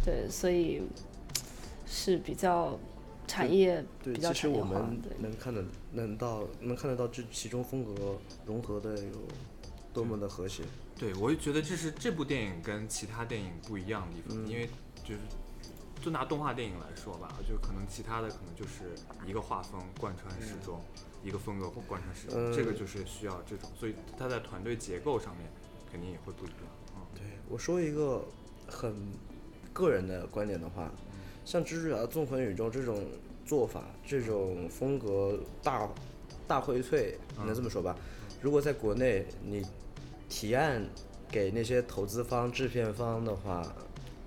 A: 对，所以是比较产业
D: 对，
A: 比较
D: 其实
A: 产业
D: 我
A: 化，
D: 们
A: 对，
D: 能看得能到能看得到这其中风格融合的有多么的和谐。
B: 对，我就觉得这是这部电影跟其他电影不一样的地方，
D: 嗯
B: 因为就是就拿动画电影来说吧，就可能其他的可能就是一个画风贯穿始终，一个风格贯穿始终，
D: 嗯
B: 这个就是需要这种，所以它在团队结构上面肯定也会不一样。嗯，
D: 对我说一个很个人的观点的话，
B: 嗯
D: 像蜘蛛侠纵横宇宙这种做法，这种风格大大荟萃，能
B: 嗯
D: 这么说吧？如果在国内你提案给那些投资方、制片方的话，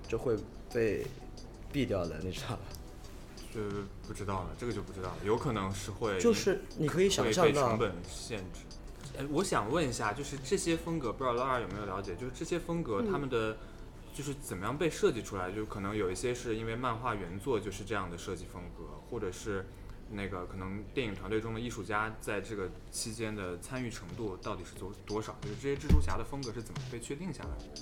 D: 就会被毙掉的，你知道吧？
B: 就不知道了，这个就不知道了，有可能是会
D: 就是你可以想
B: 会
D: 象
B: 被
D: 到
B: 成，本限制。哎，我想问一下，就是这些风格，不知道 Laura 有没有了解？就是这些风格，他们的就是怎么样被设计出来？就可能有一些是因为漫画原作就是这样的设计风格，或者是那个可能电影团队中的艺术家在这个期间的参与程度到底是多多少？就是这些蜘蛛侠的风格是怎么被确定下来的？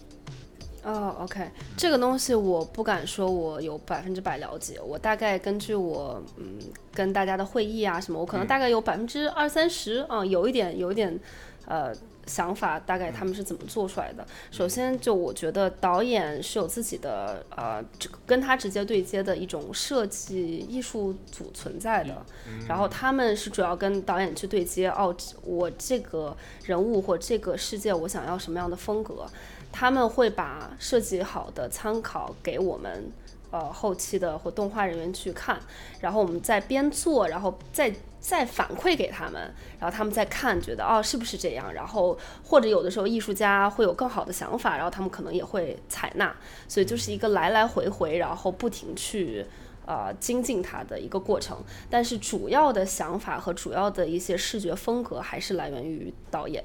A: 哦、o k 这个东西我不敢说我有百分之百了解，我大概根据我嗯跟大家的会议啊什么，我可能大概有百分之二三十啊，有一点有一点呃想法，大概他们是怎么做出来的。首先就我觉得导演是有自己的呃这个跟他直接对接的一种设计艺术组存在的，然后他们是主要跟导演去对接哦，我这个人物或这个世界我想要什么样的风格。他们会把设计好的参考给我们，呃，后期的或动画人员去看，然后我们再边做，然后再再反馈给他们，然后他们再看，觉得哦是不是这样，然后或者有的时候艺术家会有更好的想法，然后他们可能也会采纳，所以就是一个来来回回，然后不停去。呃，精进它的一个过程，但是主要的想法和主要的一些视觉风格还是来源于导演。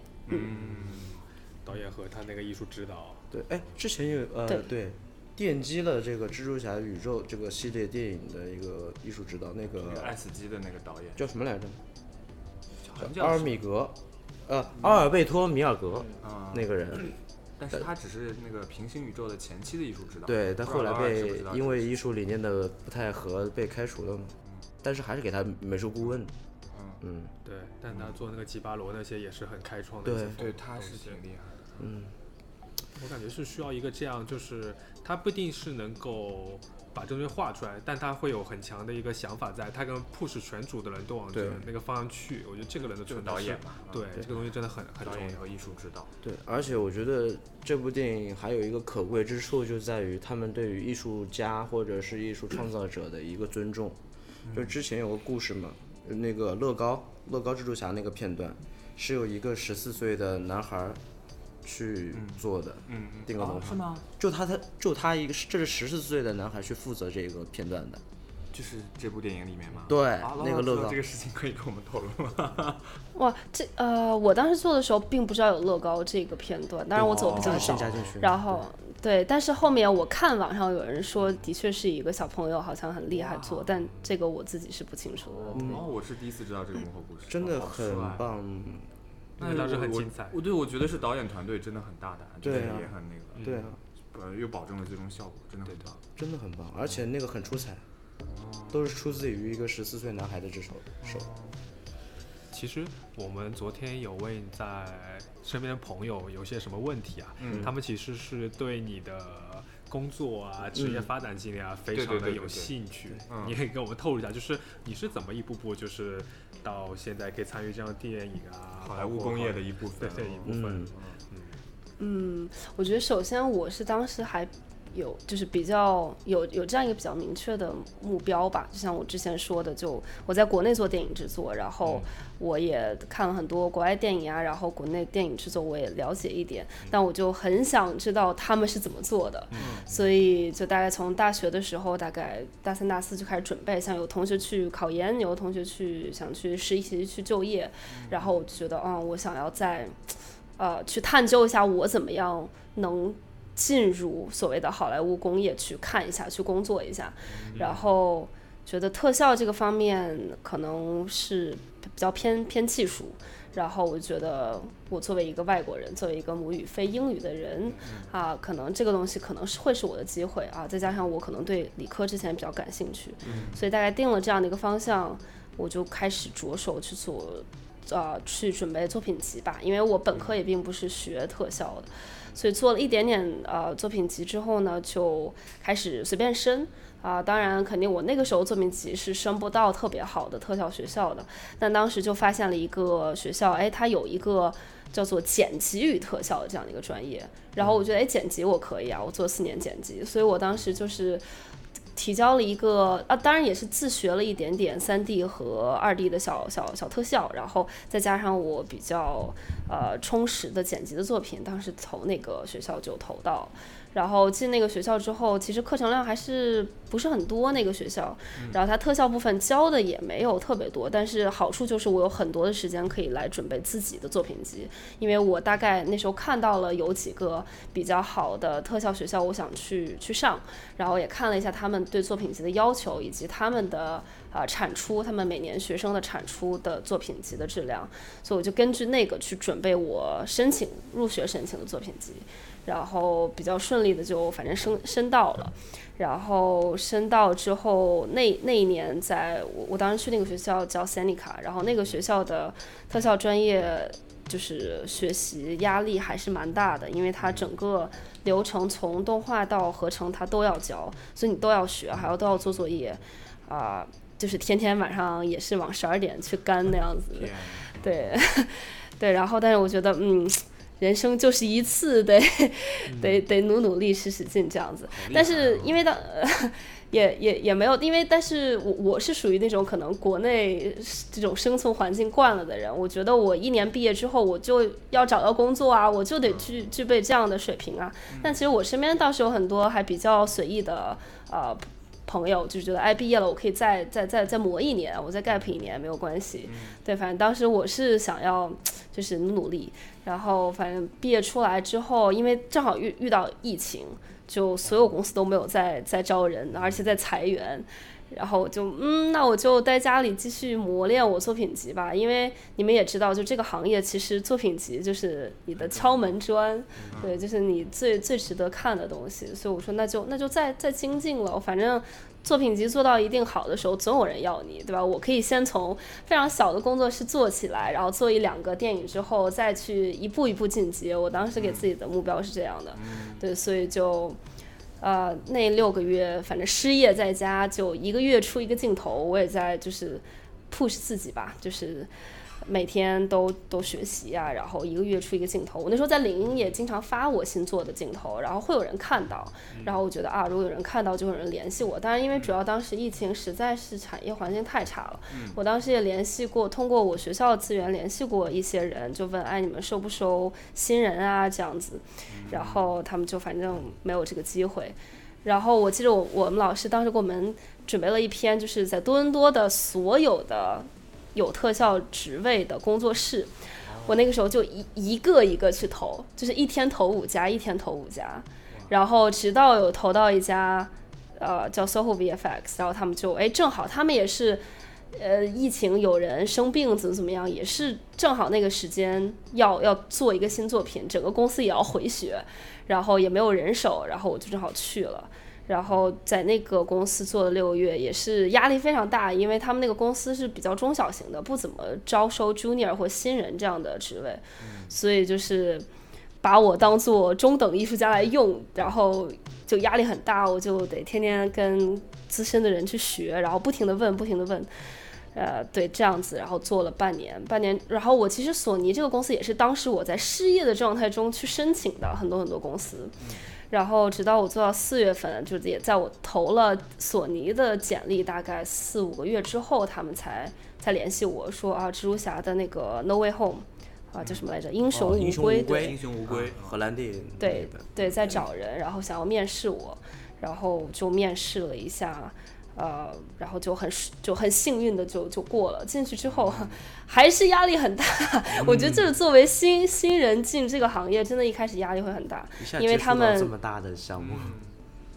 C: 导演和他那个艺术指导，
D: 对，哎，之前有呃
A: 对
D: 对，奠基了这个蜘蛛侠宇宙这个系列电影的一个艺术指导，那
B: 那个爱
D: 个
B: 死机的那个导演，
D: 叫什么来着？
B: 好像
D: 阿
B: 叫
D: 尔
B: 什
D: 米格，呃，阿尔贝托米尔格
B: 啊，
D: 那个人，
B: 但是他只是那个平行宇宙的前期的艺术指导。
D: 对，但
B: 不知
D: 后
B: 道
D: 来
B: 老二知不
D: 被
B: 知道
D: 因为艺术理念的不太合被开除了嘛，但是还是给他美术顾问，
B: 嗯，
D: 嗯，
C: 对，但他做那个吉巴罗那些也是很开创的一
D: 对
C: 些风格
B: 对，他
C: 东
B: 是
C: 西
B: 挺厉害的。
C: 我感觉是需要一个这样，就是他不一定是能够把这东西画出来，但他会有很强的一个想法在，他跟 push 全组的人都往这
D: 对
C: 个那个方向去。我觉得这个人的
B: 就是
C: 存
B: 导
C: 在是
B: 演嘛嗯
C: 对这个东西真的很很
B: 导
C: 重
B: 演
C: 要。
B: 和艺术指导，
D: 对，而且我觉得这部电影还有一个可贵之处，就在于他们对于艺术家或者是艺术创造者的一个尊重。
B: 嗯
D: 就之前有个故事嘛，那个乐高，乐高蜘蛛侠那个片段，是有一个十四岁的男孩儿去做的，
B: 嗯，
D: 定格动画、是吗？就他他就他一个，这是十四岁的男孩去负责这个片段的。
B: 就是这部电影里面嘛。
D: 对
B: 啊
D: 那
B: 老
D: 个
B: 师
D: 乐高
B: 这个事情可以跟我们透露吗？
A: 哇，这呃，我当时做的时候并不知道有乐高这个片段，当然我走的比
D: 就
A: 较
D: 是
A: 少
D: 先。加进哦去，
A: 然后对，但是后面我看网上有人说，的确是一个小朋友好像很厉害做，但这个我自己是不清楚的。
B: 哦，我是第一次知道这个幕后故事，
D: 嗯真的
B: 好啊
D: 很。棒。
B: 那
C: 那个倒是很精彩
B: 我对，我觉得是导演团队真的很大胆，
D: 对啊
B: 这个也很那个，
D: 对啊，
B: 呃，又保证了最终效果，真的很棒。
D: 真的很棒，而且那个很出彩，都是出自于一个十四岁男孩的之手手。
C: 其实我们昨天有问在身边的朋友有些什么问题啊，他们其实是对你的。工作啊，职业发展经历啊，非
B: 对
C: 常
B: 对
C: 的
B: 对对
C: 有
B: 对
C: 兴趣。
B: 嗯
C: 你可以跟我们透露一下，就是你是怎么一步步，就是到现在可以参与这样的电影啊，
B: 好莱坞
C: 包括
B: 工业的一部
C: 对
B: 分，啊
C: 对一部分
D: 嗯。
A: 嗯，我觉得首先我是当时还有就是比较有有这样一个比较明确的目标吧，就像我之前说的，就我在国内做电影制作，然后我也看了很多国外电影啊，然后国内电影制作我也了解一点，但我就很想知道他们是怎么做的，所以就大概从大学的时候，大概大三大四就开始准备，像有同学去考研，有同学去想去实习去就业，然后我就觉得，嗯，我想要在。呃，去探究一下我怎么样能进入所谓的好莱坞工业去看一下，去工作一下，然后觉得特效这个方面可能是比较偏偏技术，然后我觉得我作为一个外国人，作为一个母语非英语的人啊，可能这个东西可能是会是我的机会啊，再加上我可能对理科之前比较感兴趣，所以大概定了这样的一个方向，我就开始着手去做呃去准备作品集吧，因为我本科也并不是学特效的，所以做了一点点呃作品集之后呢，就开始随便申啊、当然，肯定我那个时候作品集是申不到特别好的特效学校的，但当时就发现了一个学校，哎，它有一个。叫做剪辑与特效的这样的一个专业，然后我觉得哎，剪辑我可以啊，我做四年剪辑，所以我当时就是提交了一个啊，当然也是自学了一点点三 D 和二 D 的小小小特效，然后再加上我比较呃充实的剪辑的作品，当时投那个学校就投到，然后进那个学校之后，其实课程量还是不是很多那个学校，然后它特效部分教的也没有特别多，但是好处就是我有很多的时间可以来准备自己的作品集，因为我大概那时候看到了有几个比较好的特效学校，我想去去上，然后也看了一下他们们对作品集的要求，以及他们的呃产出，他们每年学生的产出的作品集的质量，所以我就根据那个去准备我申请入学申请的作品集，然后比较顺利的就反正升升到了，然后升到之后那那一年在我我当时去那个学校叫 Seneca，然后那个学校的特效专业。就是学习压力还是蛮大的，因为它整个流程从动画到合成它都要教，所以你都要学，还要都要做作业，啊、就是天天晚上也是往十二点去干那样子，
D: 嗯
B: 天
A: 对， 对，然后但是我觉得，嗯，人生就是一次，得 得得努努力，使使劲这样子。但
B: 啊
A: 是因为当、 呃也也也没有，因为但是我我是属于那种可能国内这种生存环境惯了的人，我觉得我一年毕业之后我就要找到工作啊，我就得具具备这样的水平啊。但其实我身边倒是有很多还比较随意的呃朋友，就觉得哎毕业了我可以再再再再磨一年，我再 gap 一年没有关系。对，反正当时我是想要就是努努力，然后反正毕业出来之后，因为正好遇遇到疫情，就所有公司都没有在在招人，而且在裁员。然后我就嗯，那我就待家里继续磨练我作品集吧，因为你们也知道，就这个行业其实作品集就是你的敲门砖，对，就是你最最值得看的东西。所以我说那就那就再再精进了，反正作品集做到一定好的时候，总有人要你，对吧？我可以先从非常小的工作室做起来，然后做一两个电影之后，再去一步一步进阶。我当时给自己的目标是这样的，对，所以就。呃，那六个月反正失业在家，就一个月出一个镜头，我也在就是 push 自己吧，就是每天都都学习啊，然后一个月出一个镜头。我那时候在领英也经常发我新做的镜头，然后会有人看到，然后我觉得啊，如果有人看到，就有人联系我。当然，因为主要当时疫情实在是产业环境太差了，我当时也联系过，通过我学校的资源联系过一些人，就问哎你们收不收新人啊这样子，然后他们就反正没有这个机会。然后我记得我我们老师当时给我们准备了一篇，就是在多伦多的所有的有特效职位的工作室，我那个时候就一一个一个去投，就是一天投五家，一天投五家，然后直到有投到一家，呃，叫 SOHO VFX，然后他们就哎正好他们也是。呃，疫情有人生病怎么怎么样，也是正好那个时间要要做一个新作品，整个公司也要回血，然后也没有人手，然后我就正好去了。然后在那个公司做了六个月，也是压力非常大，因为他们那个公司是比较中小型的，不怎么招收 junior 或新人这样的职位，所以就是把我当做中等艺术家来用，然后就压力很大，我就得天天跟资深的人去学，然后不停的问，不停的问。呃，对，这样子，然后做了半年，半年，然后我其实索尼这个公司也是当时我在失业的状态中去申请的，很多很多公司，
D: 嗯
A: 然后直到我做到四月份，就是也在我投了索尼的简历大概四五个月之后，他们才才联系我说啊，蜘蛛侠的那个 No Way Home，啊叫什么来着？英雄
D: 哦英
A: 无
D: 雄
A: 归，
D: 无归
A: 对
B: 英雄无啊归，
D: 啊荷兰弟
A: 对
D: 那个
A: 对，在找人，然后想要面试我，然后就面试了一下，呃，然后就很顺就很幸运的就就过了。进去之后
D: 嗯
A: 还是压力很大，我觉得这个作为新新人进这个行业，真的一开始压力会很大，
D: 一下
A: 因为
D: 接触
A: 他
D: 到
A: 们
D: 这么大的项目，
B: 嗯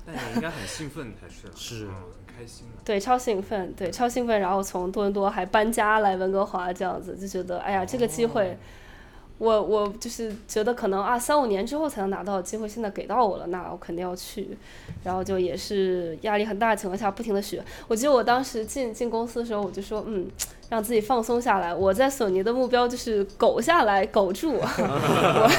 B: 但也应该很兴奋才是啊，
D: 是
B: 嗯很开心的。
A: 对，超兴奋，对，超兴奋。然后从多伦多还搬家来温哥华，这样子就觉得，哎呀，这个机会，我我就是觉得可能啊，三五年之后才能拿到的机会，现在给到我了，那我肯定要去。然后就也是压力很大的情况下，不停的学。我记得我当时进进公司的时候，我就说，嗯，让自己放松下来。我在索尼的目标就是苟下来，苟住， 我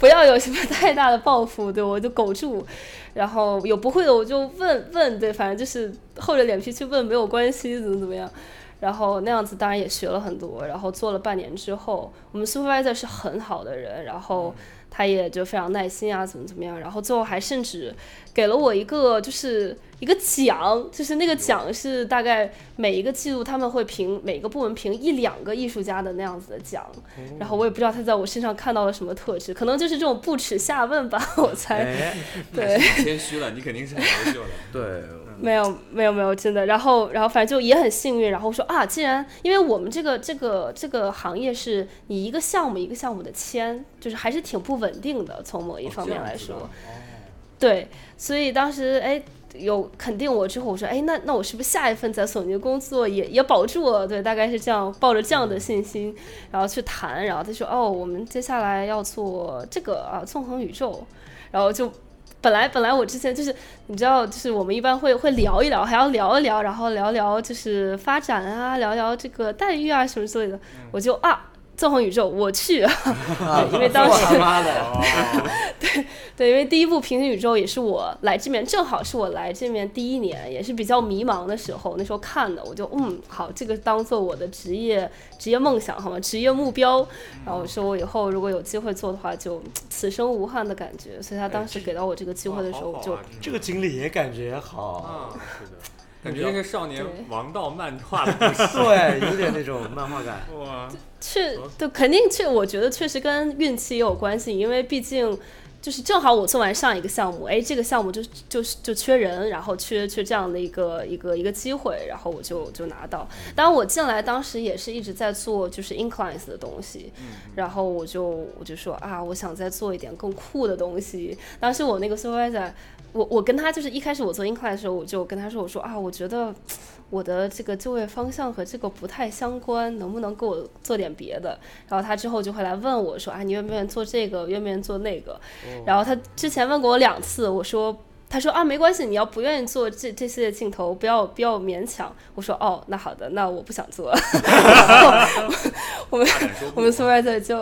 A: 不要有什么太大的抱负，对我就苟住。然后有不会的我就问问，对，反正就是厚着脸皮去问没有关系，怎么怎么样。然后那样子当然也学了很多，然后做了半年之后，我们 supervisor 是很好的人，然后他也就非常耐心啊，怎么怎么样，然后最后还甚至给了我一个就是一个奖，就是那个奖是大概每一个季度他们会评每个部门评一两个艺术家的那样子的奖，然后我也不知道他在我身上看到了什么特质，可能就是这种不耻下问吧， 我猜。
D: 哎，
A: 对
B: 你谦虚了，你肯定是很优秀的。
D: 对，
A: 没有没有没有，真的。然后然后反正就也很幸运，然后说啊，既然因为我们这个这个这个行业是你一个项目一个项目的签，就是还
B: 哦
A: 是挺不稳定的，从某一方面来说。对，所以当时哎，有肯定我之后，我说，哎，那那我是不是下一份在索尼的工作也也保住了？对，大概是这样，抱着这样的信心，然后去谈。然后他说，哦，我们接下来要做这个啊，纵横宇宙。然后就本来本来我之前就是你知道，就是我们一般会会聊一聊，还要聊一聊，然后聊聊就是发展啊，聊聊这个待遇啊什么之类的。我就啊。纵横宇宙，我去，对因为 当时
E: 妈的，
B: 哦
A: 对对，因为第一部平行宇宙也是我来这边，正好是我来这边第一年，也是比较迷茫的时候，那时候看的，我就嗯，好，这个当做我的职业职业梦想好吗？职业目标，然后我说我以后如果有机会做的话，就此生无憾的感觉。所以他当时给到我这个机会的时候，我就
D: 这个经历也感觉好，
B: 啊，是的，感觉那个少年
A: 对
B: 王道漫画的 故事，
D: 对，有点那种漫画感。
B: 哇，
A: 确对，肯定确，我觉得确实跟运气也有关系，因为毕竟就是正好我做完上一个项目，哎，这个项目就就是就缺人，然后缺缺这样的一个一个一个机会，然后我就就拿到。当然我进来当时也是一直在做就是 inclines 的东西，然后我就我就说啊，我想再做一点更酷的东西。当时我那个 supervisor，我我跟他就是一开始我做 incline 的时候，我就跟他说，我说啊，我觉得。我的这个就业方向和这个不太相关，能不能给我做点别的？然后他之后就会来问我说啊，你愿不愿意做这个，愿不愿意做那个？然后他之前问过我两次，我说。他说啊，没关系，你要不愿意做这这系列镜头，不要不要勉强。我说哦，那好的， 那我不想做。
B: 大胆说
A: 我
B: 不
A: 们 supervisor 就，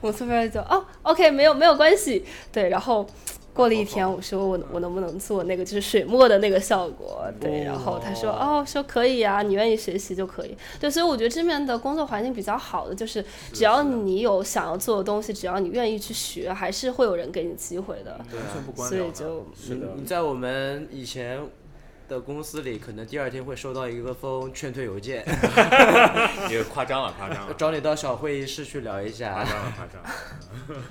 A: 我们 supervisor 就哦，OK，没有没有关系。对，然后过了一天，我说我我能不能做那个就是水墨的那个效果？对，然后他说哦，说可以啊，你愿意学习就可以。对，所以我觉得这面的工作环境比较好的就是，啊只要你有想要做的东西，只要你愿意去学，还是会有人给你机会的。
B: 完全不官
A: 所
B: 僚
A: 以
B: 的，
A: 就
E: 的
D: 你你在我们以前的公司里，可能第二天会收到一个封劝退邮件，
B: 也夸张了，夸张了，
D: 找你到小会议室去聊一
B: 夸
D: 下。
B: 张了，夸张了。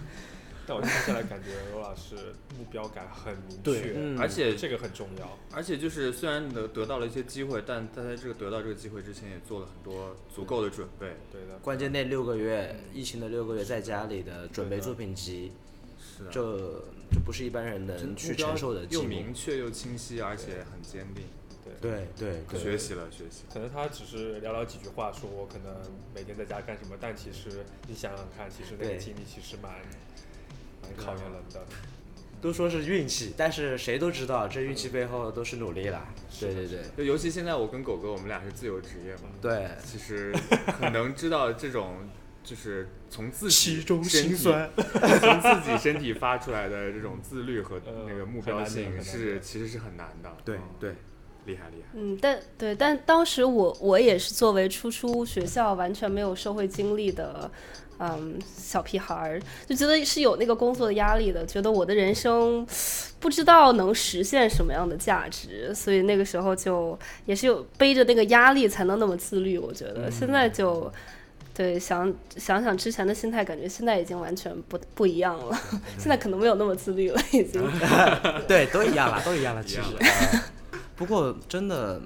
C: 但我听下来感觉罗老师目标感很明
E: 对
C: 确，
D: 嗯
B: 而且
C: 这个很重要。
B: 而且就是，虽然得得到了一些机会，但他在这个得到这个机会之前，也做了很多足够的准备。
C: 对的，
D: 关键那六个月，疫情的六个月在家里的准备
C: 对的
D: 作品集，
B: 是啊，
D: 这这不是一般人能去
B: 目标
D: 承受的寂
B: 又
D: 寞。
B: 明确又清晰，而且很坚定。
D: 对对对，
B: 学习了，学习了。
C: 可能他只是寥寥几句话，说我可能每天在家干什么，但其实你想想看，其实那个
D: 对
C: 经历其实蛮蛮考
B: 啊
C: 验人的。
D: 都说是运气，但是谁都知道这运气背后都是努力啦。对对对
B: 就尤其现在我跟狗哥，我们俩是自由职业嘛，
D: 对，
B: 其实很能知道这种就是从自己
C: 其中
B: 身
C: 辛
B: 体
C: 酸
B: 从自己身体发出来的这种自律和
C: 呃
B: 那个目
C: 很
B: 标
C: 难得很
B: 性
C: 难
B: 是
C: 得
B: 其实是很难的。
E: 对
B: 嗯
E: 对，
B: 厉害厉害。
A: 嗯，但对，但当时我我也是作为初出学校、完全没有社会经历的，嗯，小屁孩儿，就觉得是有那个工作的压力的，觉得我的人生不知道能实现什么样的价值，所以那个时候就也是有背着那个压力才能那么自律。我觉得现在就。对，想想想之前的心态，感觉现在已经完全不不一样了。 现在可能没有那么自律了，已经。
D: 啊 对，都一样啦，都一样啦，其实
B: 一样。
D: 不过真的，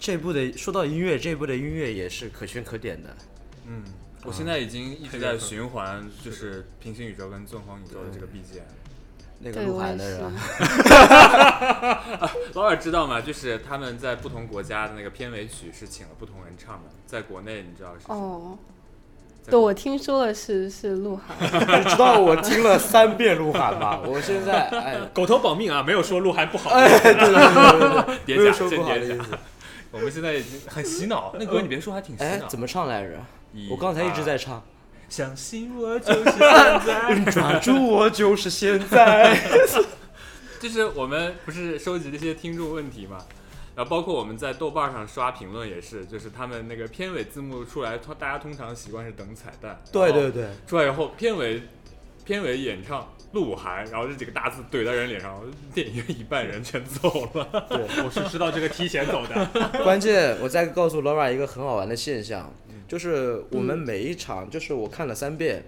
D: 这部的说到音乐，这部的音乐也是可圈可点的。
B: 嗯，我现在已经一直在循环，就是平行宇宙跟纵横宇宙的这个 BGM。
D: 那个
A: 对，
D: 鹿
A: 我
D: 晗
A: 也
D: 的
A: 是
D: 人啊，。
B: 劳尔知道吗？就是他们在不同国家的那个片尾曲是请了不同人唱的，在国内你知道是谁？
A: 哦，
B: 在
A: 对，我听说了是是鹿晗，
D: 你 知道我听了三遍鹿晗吗？我现在 哎，
C: 狗头保命啊，没有说鹿晗不好。
B: 哎别
D: 没有
B: 讲，
D: 说
B: 先
D: 不好的
B: 别
D: 意
B: 讲。
D: 思。
B: 我们现在已经很洗 脑，那歌你别说，还挺洗
D: 哎
B: 脑。，
D: 怎么唱来着
B: 一？
D: 我刚才一直在唱。
B: 相信我就是现在？
D: 抓住我就是现在。
B: 就是我们不是收集这些听众问题嘛，然后包括我们在豆瓣上刷评论也是，就是他们那个片尾字幕出来，通大家通常习惯是等彩蛋。
D: 对
B: 然后
D: 对对，
B: 出来以后，片尾片尾演唱鹿晗，然后这几个大字怼在人脸上，电影院一半人全走了。
C: 我是知道这个提前走 的，
D: 关键我再告诉 Laura 一个很好玩的现象，就是我们每一场，就是我看了三遍，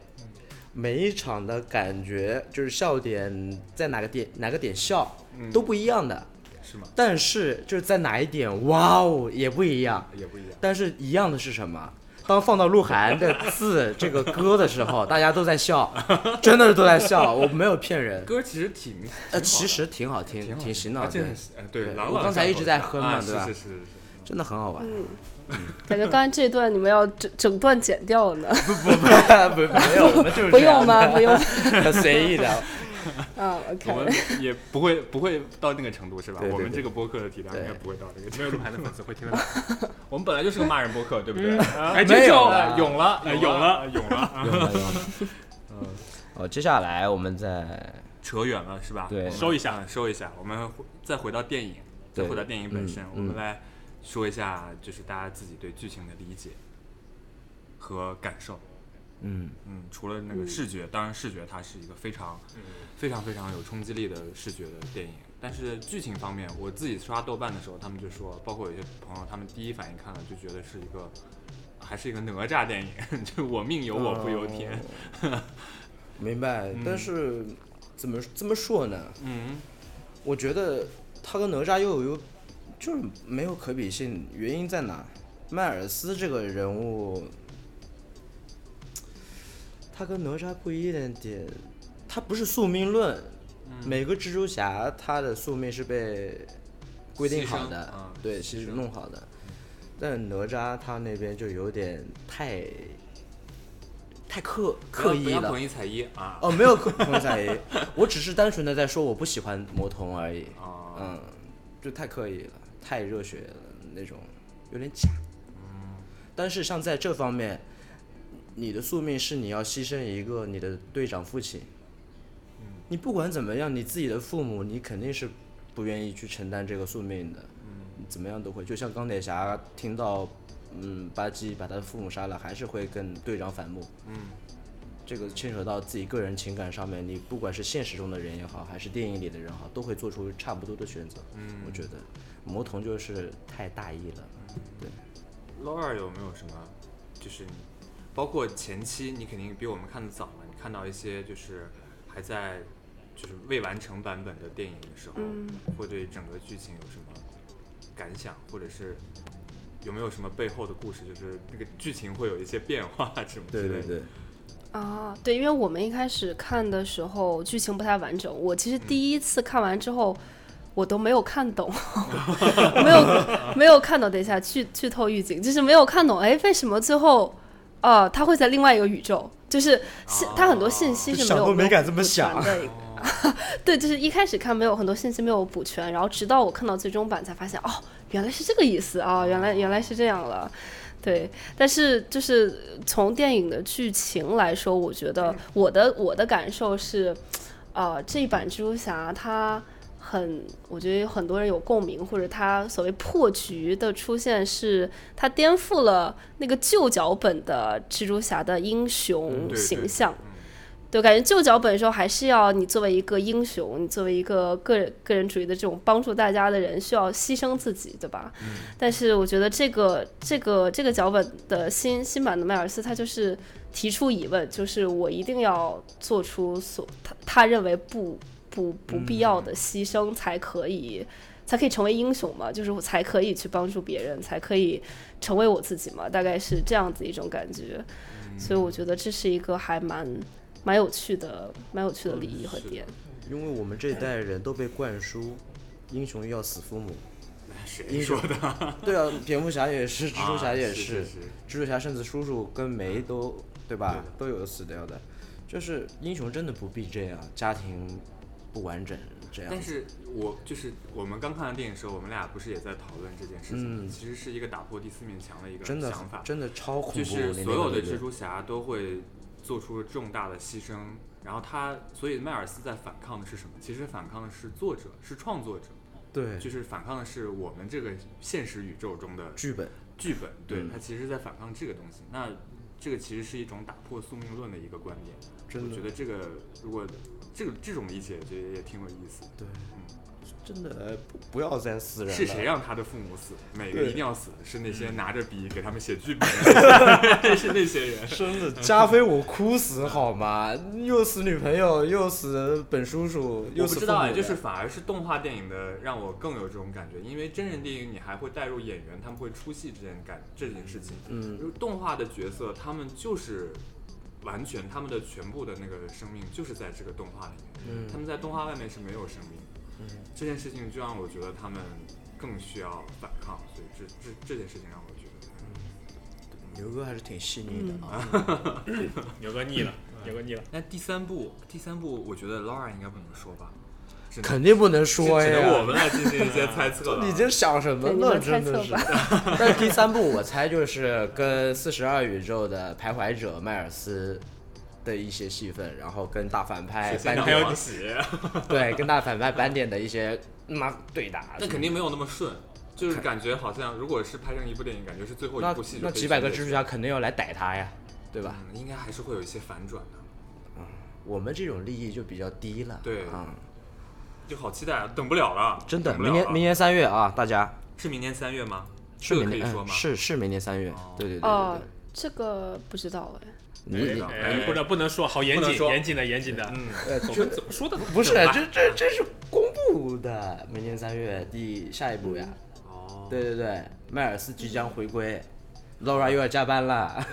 D: 每一场的感觉就是笑点在哪个点哪个点笑都不一样的，
B: 嗯是吗？
D: 但是就是在哪一点哇哦也不一样，
B: 啊也不一样。
D: 但是一样的是什么？当放到鹿晗的字这个歌的 时候，大家都在笑，真的是都在笑，我没有骗人。
B: 歌其实挺
D: 呃，其实挺好
B: 挺
D: 听，
B: 好
D: 挺洗 脑
B: 而且
D: 的
B: 很，呃对，
D: 对
B: 朗
D: 我
B: 朗
D: 刚才
B: 上
D: 一
B: 口
D: 直在
B: 的
D: 哼
B: 啊
D: 嘛
B: 是
D: 对吧
B: 是是是。
D: 真的很好玩。
A: 嗯感觉刚才这一段你们要整整段剪掉呢，
D: 不，没有，我们就是
A: 不
B: 啊
A: 用吗？不 用。
D: 很 随意的。
A: 嗯
B: 我
A: ，OK
B: 们。也不会不会到那个程度是吧？
D: 对对
B: 我们
D: 对
B: 这个播客的体量应该不会到那个
C: 没有
B: 程
C: 鹿
B: 度。
C: 晗的粉丝会听得到。
B: 我们本来就是个骂人播客，对不对？哎，
D: 没
B: 这
D: 有
B: 就
D: 了
B: 涌了，哎涌了，涌了，啊
D: 用了用了。哦，接下来我们再
B: 扯远了是吧？我
D: 对
B: 们
C: 收一下
B: 嗯收一下。我们回再回到电影，再
D: 对
B: 回到电影本身
D: 嗯，
B: 我们
D: 嗯
B: 来说一下，就是大家自己对剧情的理解和感受。
D: 嗯，
B: 嗯，除了那个视觉，当然视觉它是一个非常、
C: 嗯
B: 非常非常有冲击力的视觉的电影。但是剧情方面，我自己刷豆瓣的时候，他们就说，包括有些朋友，他们第一反应看了就觉得是一个，还是一个哪吒电影，就我命由我不由天。
D: 明白
B: 嗯
D: 但是怎么这么说呢？
B: 嗯
D: 我觉得他跟哪吒又有就是没有可比性，原因在哪？迈尔斯这个人物，他跟哪吒不一样的点，他不是宿命论。
B: 嗯
D: 每个蜘蛛侠他的宿命是被规定好的，
B: 牺牲嗯啊
D: 对，其实弄好的。但哪吒他那边就有点太太刻
B: 不要
D: 刻意
B: 不要
D: 了
B: 捧。一踩一啊！
D: 哦，没有刻捧彩衣，我只是单纯的在说我不喜欢魔童而已。
B: 啊
D: 嗯，就太刻意了，太热血了那种，有点假。但是像在这方面，你的宿命是你要牺牲一个你的队长父亲。你不管怎么样，你自己的父母，你肯定是不愿意去承担这个宿命的。你怎么样都会，就像钢铁侠听到，嗯，巴基把他的父母杀了，还是会跟队长反目。嗯，这个牵扯到自己个人情感上面，你不管是现实中的人也好，还是电影里的人好，都会做出差不多的选择。嗯，我觉得魔童就是太大意了。
B: 老二有没有什么，就是你包括前期你肯定比我们看的早嘛，你看到一些就是还在就是未完成版本的电影的时候，会对整个剧情有什么感想，或者是有没有什么背后的故事，就是那个剧情会有一些变化什么之类的。
D: 对，
A: 啊，对，因为我们一开始看的时候剧情不太完整，我
B: 嗯
A: 其实第一次看完之后。我都没有看懂， 没有没有看懂。等一下，剧剧透预警，就是没有看懂。哎，为什么最后，呃，他会在另外一个宇宙？就是信，
B: 哦
A: 他很多信息是没
D: 想
A: 有
D: 都没敢这么
A: 补全
D: 想
A: 的。 对，就是一开始看没有很多信息没有补全，然后直到我看到最终版才发现，哦，原来是这个意思啊，原来原来是这样了。对，但是就是从电影的剧情来说，我觉得我的我的感受是，呃，这一版蜘蛛侠他很，我觉得有很多人有共鸣，或者他所谓破局的出现是，他颠覆了那个旧脚本的蜘蛛侠的英
B: 嗯
A: 雄
B: 对
A: 形
B: 对
A: 象。
B: 嗯
A: 对，感觉旧脚本的时候，还是要你作为一个英雄，你作为一个个人个人主义的这种帮助大家的人，需要牺牲自己，对吧？
B: 嗯
A: 但是我觉得这个这个这个脚本的新新版的迈尔斯，他就是提出疑问，就是我一定要做出所他他认为不不不必要的牺牲才可以。才可以成为英雄嘛，就是我才可以去帮助别人，才可以成为我自己嘛，大概是这样子一种感觉，所以我觉得这是一个还蛮蛮有趣的、蛮有趣的利益和
B: 是的
A: 点。
D: 因为我们这一代人都被灌输，英雄要死父母。
B: 哎谁
D: 英
B: 说
D: 雄
B: 的？
D: 对啊，蝙蝠侠也是，蜘蛛侠
B: 啊
D: 也
B: 是是是
D: 蜘蛛侠甚至叔叔跟梅都对吧，
B: 对
D: 都有死掉的。就是英雄真的不必这样，家庭不完整这样
B: 但。是我就是我们刚看完电影的时候，我们俩不是也在讨论这件事情吗，
D: 嗯
B: 其实是一个打破第四面墙的一个
D: 真的
B: 想法，
D: 真的超恐怖，
B: 就是
D: 你那
B: 所有
D: 个
B: 的
D: 理论
B: 蜘蛛侠都会做出重大的牺牲，然后他，所以迈尔斯在反抗的是什么？其实反抗的是作者，是创作者，
D: 对
B: 就是反抗的是我们这个现实宇宙中的
D: 剧本，
B: 剧本，对
D: 嗯
B: 他其实在反抗这个东西。那这个其实是一种打破宿命论的一个观点，
D: 真
B: 我
D: 的
B: 觉得这个如果这个这种理解，觉得也挺有意思的。
D: 对，真的哎不不要再死人了。
B: 是谁让他的父母死？每个
D: 对嗯
B: 一定要死，是那些拿着笔给他们写剧本的人， 是那些人。
D: 真的，加菲我哭死好吗？ 又死女朋友，又死本叔叔，又
B: 我
D: 死
B: 不
D: 父
B: 知道哎，
D: 母
B: 就是反而是动画电影的让我更有这种感觉，因为真人电影你还会带入演员他们会出戏这件感这件事情，
D: 嗯，
B: 动画的角色他们就是完全他们的全部的那个生命就是在这个动画里面，
D: 嗯
B: 他们在动画外面是没有生命的，这件事情就让我觉得他们更需要反抗，所以这这这件事情让我觉得，
D: 牛哥还是挺细腻的啊。
B: 嗯
C: 牛哥腻了，牛哥腻了。
B: 那第三部第三部我觉得 Laura 应该不能说吧，只能
D: 肯定不能说
B: 只能我
D: 呀！
B: 们来进行一些猜测了，
D: 你这想什么
A: 对你
D: 呢？
A: 们猜
D: 真
A: 测
D: 的是
A: 吧。
D: 但第三部我猜就是跟四十二宇宙的徘徊者迈尔斯的一些戏份，然后跟大反派
B: 首先
D: 斑
B: 还
D: 点
B: 有你。
D: 对，跟大反派斑点的一些妈对打。
B: 那肯定没有那么顺，就是感觉好像如果是拍成一部电影，感觉是最后
D: 那
B: 一部戏就
D: 那
B: 可以
D: 几百个
B: 去
D: 蜘
B: 列
D: 蛛
B: 出来
D: 侠肯定要来逮他呀，对吧？
B: 嗯，应该还是会有一些反转的，
D: 我们这种利益就比较低了。
B: 对
D: 啊，
B: 就好期待啊，等不了了，
D: 真的，
B: 等不
D: 明
B: 了
D: 年
B: 了
D: 明年三月啊，大家
B: 是明年三月吗？
D: 是
B: 这个
D: 明
B: 可以
D: 年
B: 说
D: 嗯
B: 吗？
D: 是是明年三月
B: 哦，
D: 对对对对
A: 哦
D: 对，
A: 这个不知道哎。
D: 你你
B: 哎
C: 哎，不能不能说，好严
B: 不能
C: 谨，
B: 说
C: 严谨的，严谨的。嗯，我们怎么说的？
D: 不是，这这这是公布的，明年三月第下一步呀。
B: 哦，
D: 对对对，迈尔斯即将回归，Laura 又要加 班了。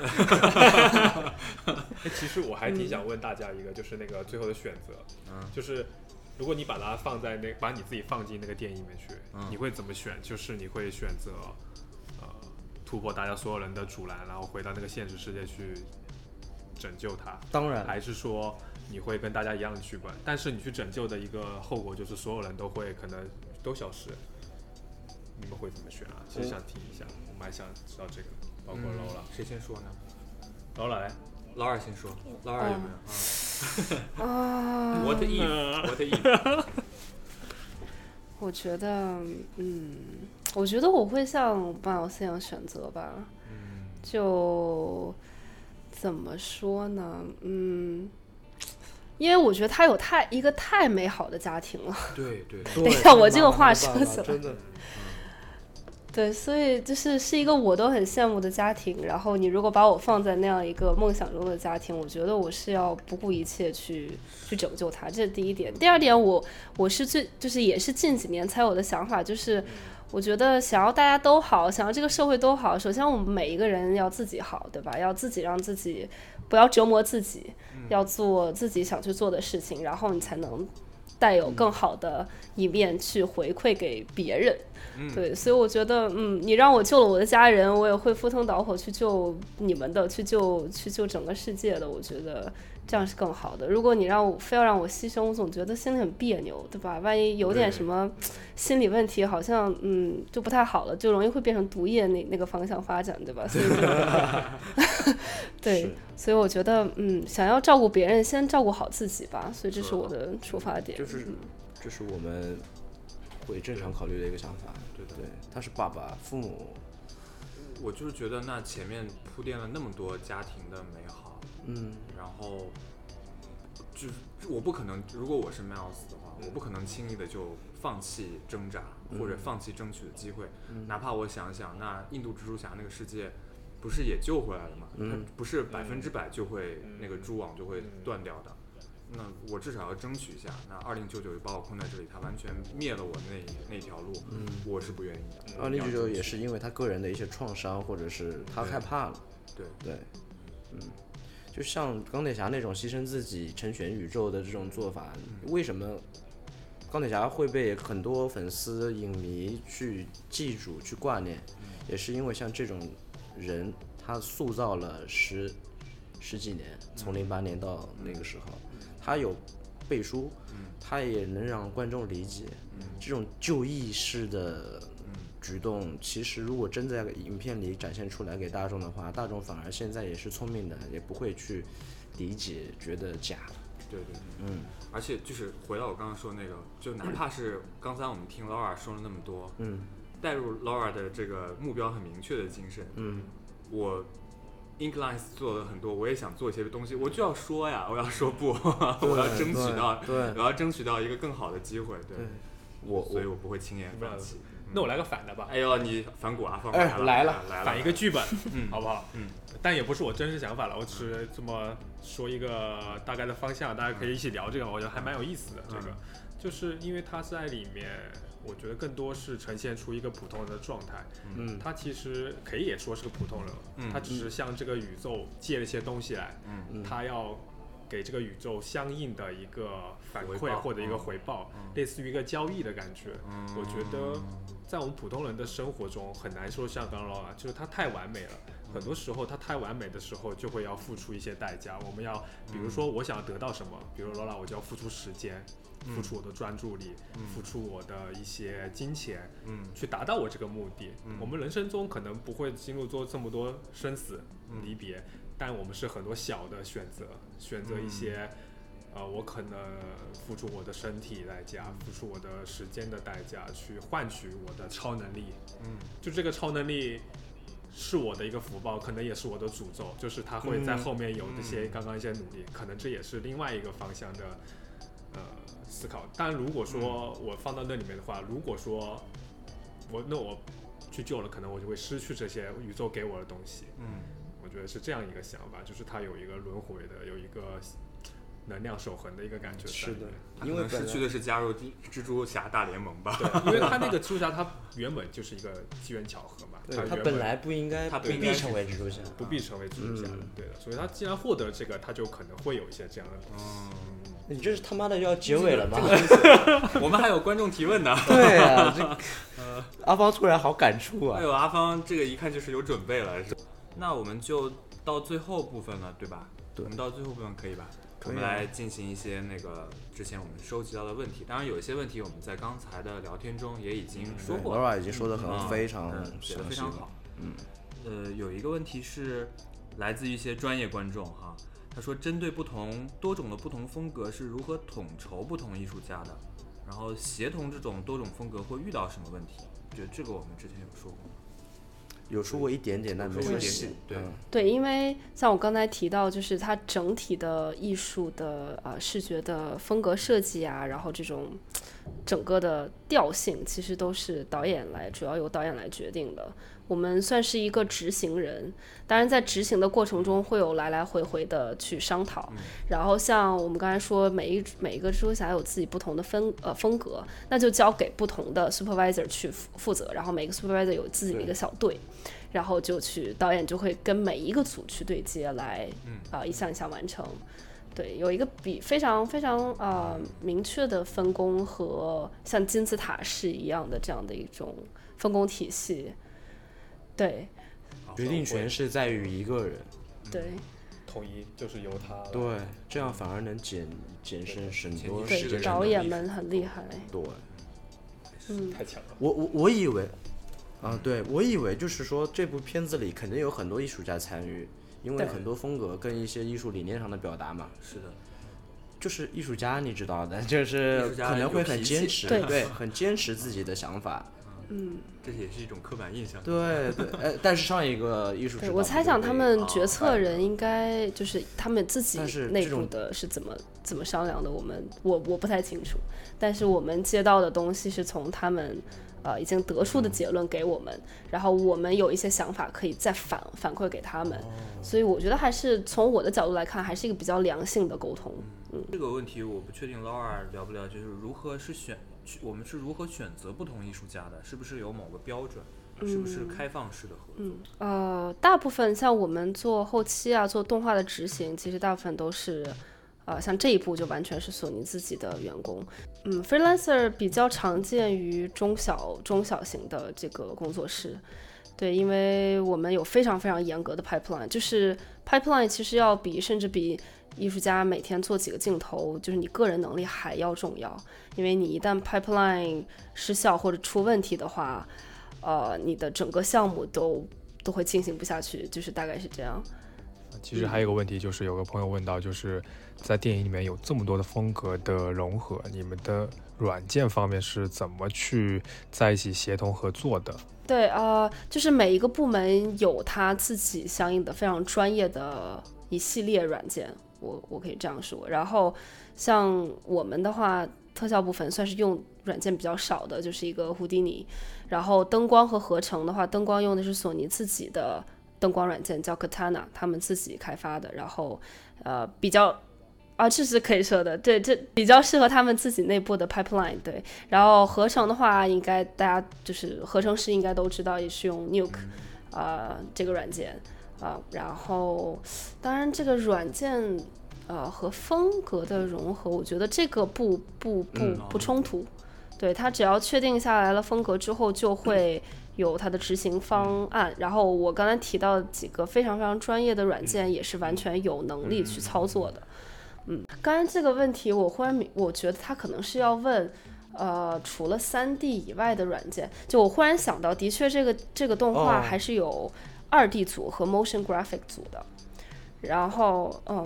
C: 哎，其实我还挺想问大家一个，就是那个最后的选择，
B: 嗯
C: 就是如果你把它放在那，把你自己放进那个电影里面去，你会怎么选？就是你会选择，呃，突破大家所有人的阻拦，然后回到那个现实世界去拯救他，
D: 当然，
C: 还是说你会跟大家一样的剧本？但是你去拯救的一个后果就是所有人都会可能都消失，你们会怎么选啊？其实想听一下，我蛮想知道这个，包括 Lola，Lola、
B: 谁先说呢？
C: 来，
B: 劳尔先说，劳尔有没有啊
A: 啊，
B: ？What if？What if？
A: 我觉得，嗯，我觉得我会像马老师一样选择吧。就怎么说呢？嗯，因为我觉得他有太一个太美好的家庭了。
B: 对对，
A: 等一下我这个话说死了
D: 真的，
A: 对，所以就是是一个我都很羡慕的家庭。然后你如果把我放在那样一个梦想中的家庭，我觉得我是要不顾一切去去拯救他，这是第一点。第二点，我我是最就是也是近几年才有的想法，就是我觉得想要大家都好，想要这个社会都好，首先我们每一个人要自己好，对吧？要自己让自己不要折磨自己，要做自己想去做的事情，然后你才能带有更好的一面去回馈给别人。对，所以我觉得，嗯，你让我救了我的家人，我也会赴汤蹈火去救你们的，去救去救整个世界的。我觉得这样是更好的。如果你让我非要让我牺牲，我总觉得心里很别扭，对吧？万一有点什么心理问题，好像嗯就不太好了，就容易会变成毒液那那个方向发展，对吧？所以对，所以我觉得，嗯，想要照顾别人，先照顾好自己吧。所以这是我的出发点。
D: 就是这是我们会正常考虑的一个想法。对对，他是爸爸、父母，
B: 我就是觉得那前面铺垫了那么多家庭的美好，
D: 嗯，
B: 然后就是我不可能，如果我是 Miles 的话，我不可能轻易的就放弃挣扎或者放弃争取的机会，哪怕我想想，那印度蜘蛛侠那个世界。不是也救回来了吗？它不是百分之百就会、那个蛛网就会断掉的。那我至少要争取一下。那二零九九就把我困在这里，它完全灭了我那那条路，我是不愿意的。
D: 二零
B: 嗯
D: 九
B: 要
D: 九
B: 争取
D: 也是因为他个人的一些创伤，或者是他害怕了。
B: 对
D: 对，嗯，就像钢铁侠那种牺牲自己成全宇宙的这种做法，
B: 嗯
D: 为什么钢铁侠会被很多粉丝、影迷去记住、去挂念？
B: 嗯
D: 也是因为像这种人，他塑造了十十几年，
B: 嗯
D: 从零八年到那个时候，他有背书，
B: 嗯
D: 他也能让观众理解。这种就义式的举动，其实如果真在影片里展现出来给大众的话，大众反而现在也是聪明的，也不会去理解，觉得假。
B: 对对对，嗯，而且就是回到我刚刚说那个，就哪怕 是刚才我们听 Laura 说了那么多，
D: 嗯，
B: 带入 Laura 的这个目标很明确的精神，嗯，我 Inklines 做了很多，我也想做一些东西，我就要 说呀，我要说不，我要争取到，
D: 对
B: 我要争取到一个更好的机会，对，
D: 对我
B: 所以我不会轻言放弃。
C: 那我来个反的吧，
B: 哎呦，你反骨啊，反骨
D: 哎
B: 了，来
D: 来了
B: 来了，
C: 反一个剧 本，
B: 嗯
C: 好不好？
B: 嗯，
C: 但也不是我真实想法了，我只是这么说一个大概的方向，大家可以一起聊这个，我觉得还蛮有意思的。这个就是因为它在里面，我觉得更多是呈现出一个普通人的状态。
D: 嗯
C: 他其实可以也说是个普通人，
B: 嗯
C: 他只是向这个宇宙借了一些东西来，
B: 嗯
D: 嗯
C: 他要给这个宇宙相应的一个反
B: 回
C: 馈
B: 报
C: 或者一个回报，
B: 嗯
C: 类似于一个交易的感觉。
B: 嗯
C: 我觉得在我们普通人的生活中，很难说像刚刚老啊，就是它太完美了。
B: 嗯
C: 很多时候，它太完美的时候，就会要付出一些代价。我们要，比如说，
B: 嗯
C: 我想得到什么，比如罗拉，我就要付出时间，付出我的专注力，付出我的一些金钱，
B: 嗯
C: 去达到我这个目的。
B: 嗯
C: 我们人生中可能不会经历过这么多生死
B: 嗯
C: 离别，但我们是很多小的选择，选择
B: 嗯
C: 一些、呃，我可能付出我的身体代价，付出我的时间的代价，去换取我的超能力。
B: 嗯
C: 就这个超能力是我的一个福报，可能也是我的诅咒，就是它会在后面有这些、刚刚一些努力，可能这也是另外一个方向的呃思考。但如果说我放到那里面的话，如果说我那我去救了，可能我就会失去这些宇宙给我的东西。
B: 嗯
C: 我觉得是这样一个想法，就是它有一个轮回的，有一个能量守恒的一个感觉在
D: 是
C: 里
D: 的
C: 面。
B: 他可
D: 因为
B: 能
D: 本
B: 失
D: 来
B: 去的是加入蜘蜘蛛侠大联盟 吧，
C: 因为它那个蜘蛛侠，它原本就是一个机缘巧合嘛，
D: 对他
C: 原
D: 本来不应该
B: 他
D: 不
B: 不应该
D: 必成为蜘蛛侠，
C: 不必成为蜘蛛侠
F: 嗯
C: 的，对的。所以他既然获得这个，他就可能会有一些这样的东西。
B: 嗯
D: 你这是他妈的要结尾了 吗？
B: 啊我们还有观众提问呢。
D: 对啊，这个阿芳突然好感触啊
B: 哎。呦，阿芳这个一看就是有准备了。是那我们就到最后部分了，对吧？
D: 对
B: 我们到最后部分可以吧？
D: 可
B: 我
D: 以啊
B: 们来进行一些那个之前我们收集到的问题，当然有一些问题我们在刚才的聊天中也已经说
D: 对
B: 过了。
D: ，Laura 已经说的
B: 啊
D: 很非常
B: 嗯写的
D: 详
B: 非
D: 细
B: 常
D: 了
B: 好。。嗯，呃，有一个问题是来自于一些专业观众哈，他说针对不同多种的不同风格是如何统筹不同艺术家的，然后协同这种多种风格会遇到什么问题？我觉得这个我们之前有说过。
D: 有说过一点点，但没
B: 说过
D: 说
B: 一点
D: 细
B: 点。对
D: 嗯
A: 对，因为像我刚才提到，就是它整体的艺术的呃视觉的风格设计啊，然后这种整个的调性，其实都是导演来，主要由导演来决定的。我们算是一个执行人，当然在执行的过程中会有来来回回的去商讨。然后像我们刚才说，每一每一个蜘蛛侠有自己不同的风呃风格，那就交给不同的 supervisor 去负负责，然后每个 supervisor 有自己的一个小队。然后就去导演就会跟每一个组去对接来，
B: 嗯
A: 啊、一项一项完成。对，有一个比非常非常呃明确的分工和像金字塔式一样的这样的一种分工体系。对
D: 决定权是在于一个人，
A: 对，
B: 嗯
C: 统一就是由他来
D: 对，这样反而能减减省很多
B: 前提
A: 对，
B: 是个人
D: 时间。
A: 导
B: 能
A: 演
B: 力
A: 们很厉害。
D: 对，
C: 太强了。
D: 我我我以为，啊，对我以为就是说这部片子里肯定有很多艺术家参与，因为
A: 对
D: 很多风格跟一些艺术理念上的表达嘛，
B: 是的，
D: 就是艺术家你知道的，就
B: 艺
D: 是
B: 术家
D: 可能
B: 有
D: 会很
B: 脾
D: 坚
B: 气
D: 持，
A: 对
D: 对，很坚持自己的想法。
B: 这也是一种刻板印象。
D: 对对，呃，但是上一个艺术指
A: 对
D: 导
A: 我猜想他
D: 就
A: 们
D: 被
A: 决策人应该就是他们自己
D: 啊但是
A: 内
D: 这
A: 部
D: 种
A: 的是怎么怎么商量的，我们我我不太清楚。但是我们接到的东西是从他们呃已经得出
D: 嗯
A: 的结论给我们，然后我们有一些想法可以再反反馈给他
D: 哦
A: 们，所以我觉得还是从我的角度来看，还是一个比较良性的沟通。
B: 这个问题我不确定 Laura 聊不聊，就是如何是选，去我们是如何选择不同艺术家的？是不是有某个标准？是不是开放式的合作？
A: 呃，大部分像我们做后期啊，做动画的执行，其实大部分都是，呃，像这一步就完全是索尼自己的员工。嗯，freelancer 比较常见于中小中小型的这个工作室，对，因为我们有非常非常严格的 pipeline，就是 pipeline 其实要比甚至比艺术家每天做几个镜头，就是你个人能力还要重要，因为你一旦 pipeline 失效或者出问题的话，呃，你的整个项目都都会进行不下去，就是大概是这样。
F: 其实还有一个问题，就是有个朋友问到，就是在电影里面有这么多的风格的融合，你们的软件方面是怎么去在一起协同合作的？
A: 对，呃，就是每一个部门有它自己相应的非常专业的一系列软件，我我可以这样说。然后像我们的话，特效部分算是用软件比较少的，就是一个胡迪尼。然后灯光和合成的话，灯光用的是索尼自己的灯光软件，叫 Katana，他们自己开发的。然后，呃，比较啊，这是可以说的，对，这比较适合他们自己内部的 pipeline。对，然后合成的话，应该大家就是合成师应该都知道，也是用 Nuke，呃，这个软件啊、然后，当然这个软件。呃和风格的融合，我觉得这个不不不不冲突。对它只要确定下来了风格之后，就会有它的执行方案。然后我刚才提到几个非常非常专业的软件，也是完全有能力去操作的。嗯，刚才这个问题，我忽然明，我觉得他可能是要问。呃，除了三 D 以外的软件，就我忽然想到，的确，这个这个动画
D: 哦
A: 还是有二 D 组和 motion graphic 组的。然后，嗯，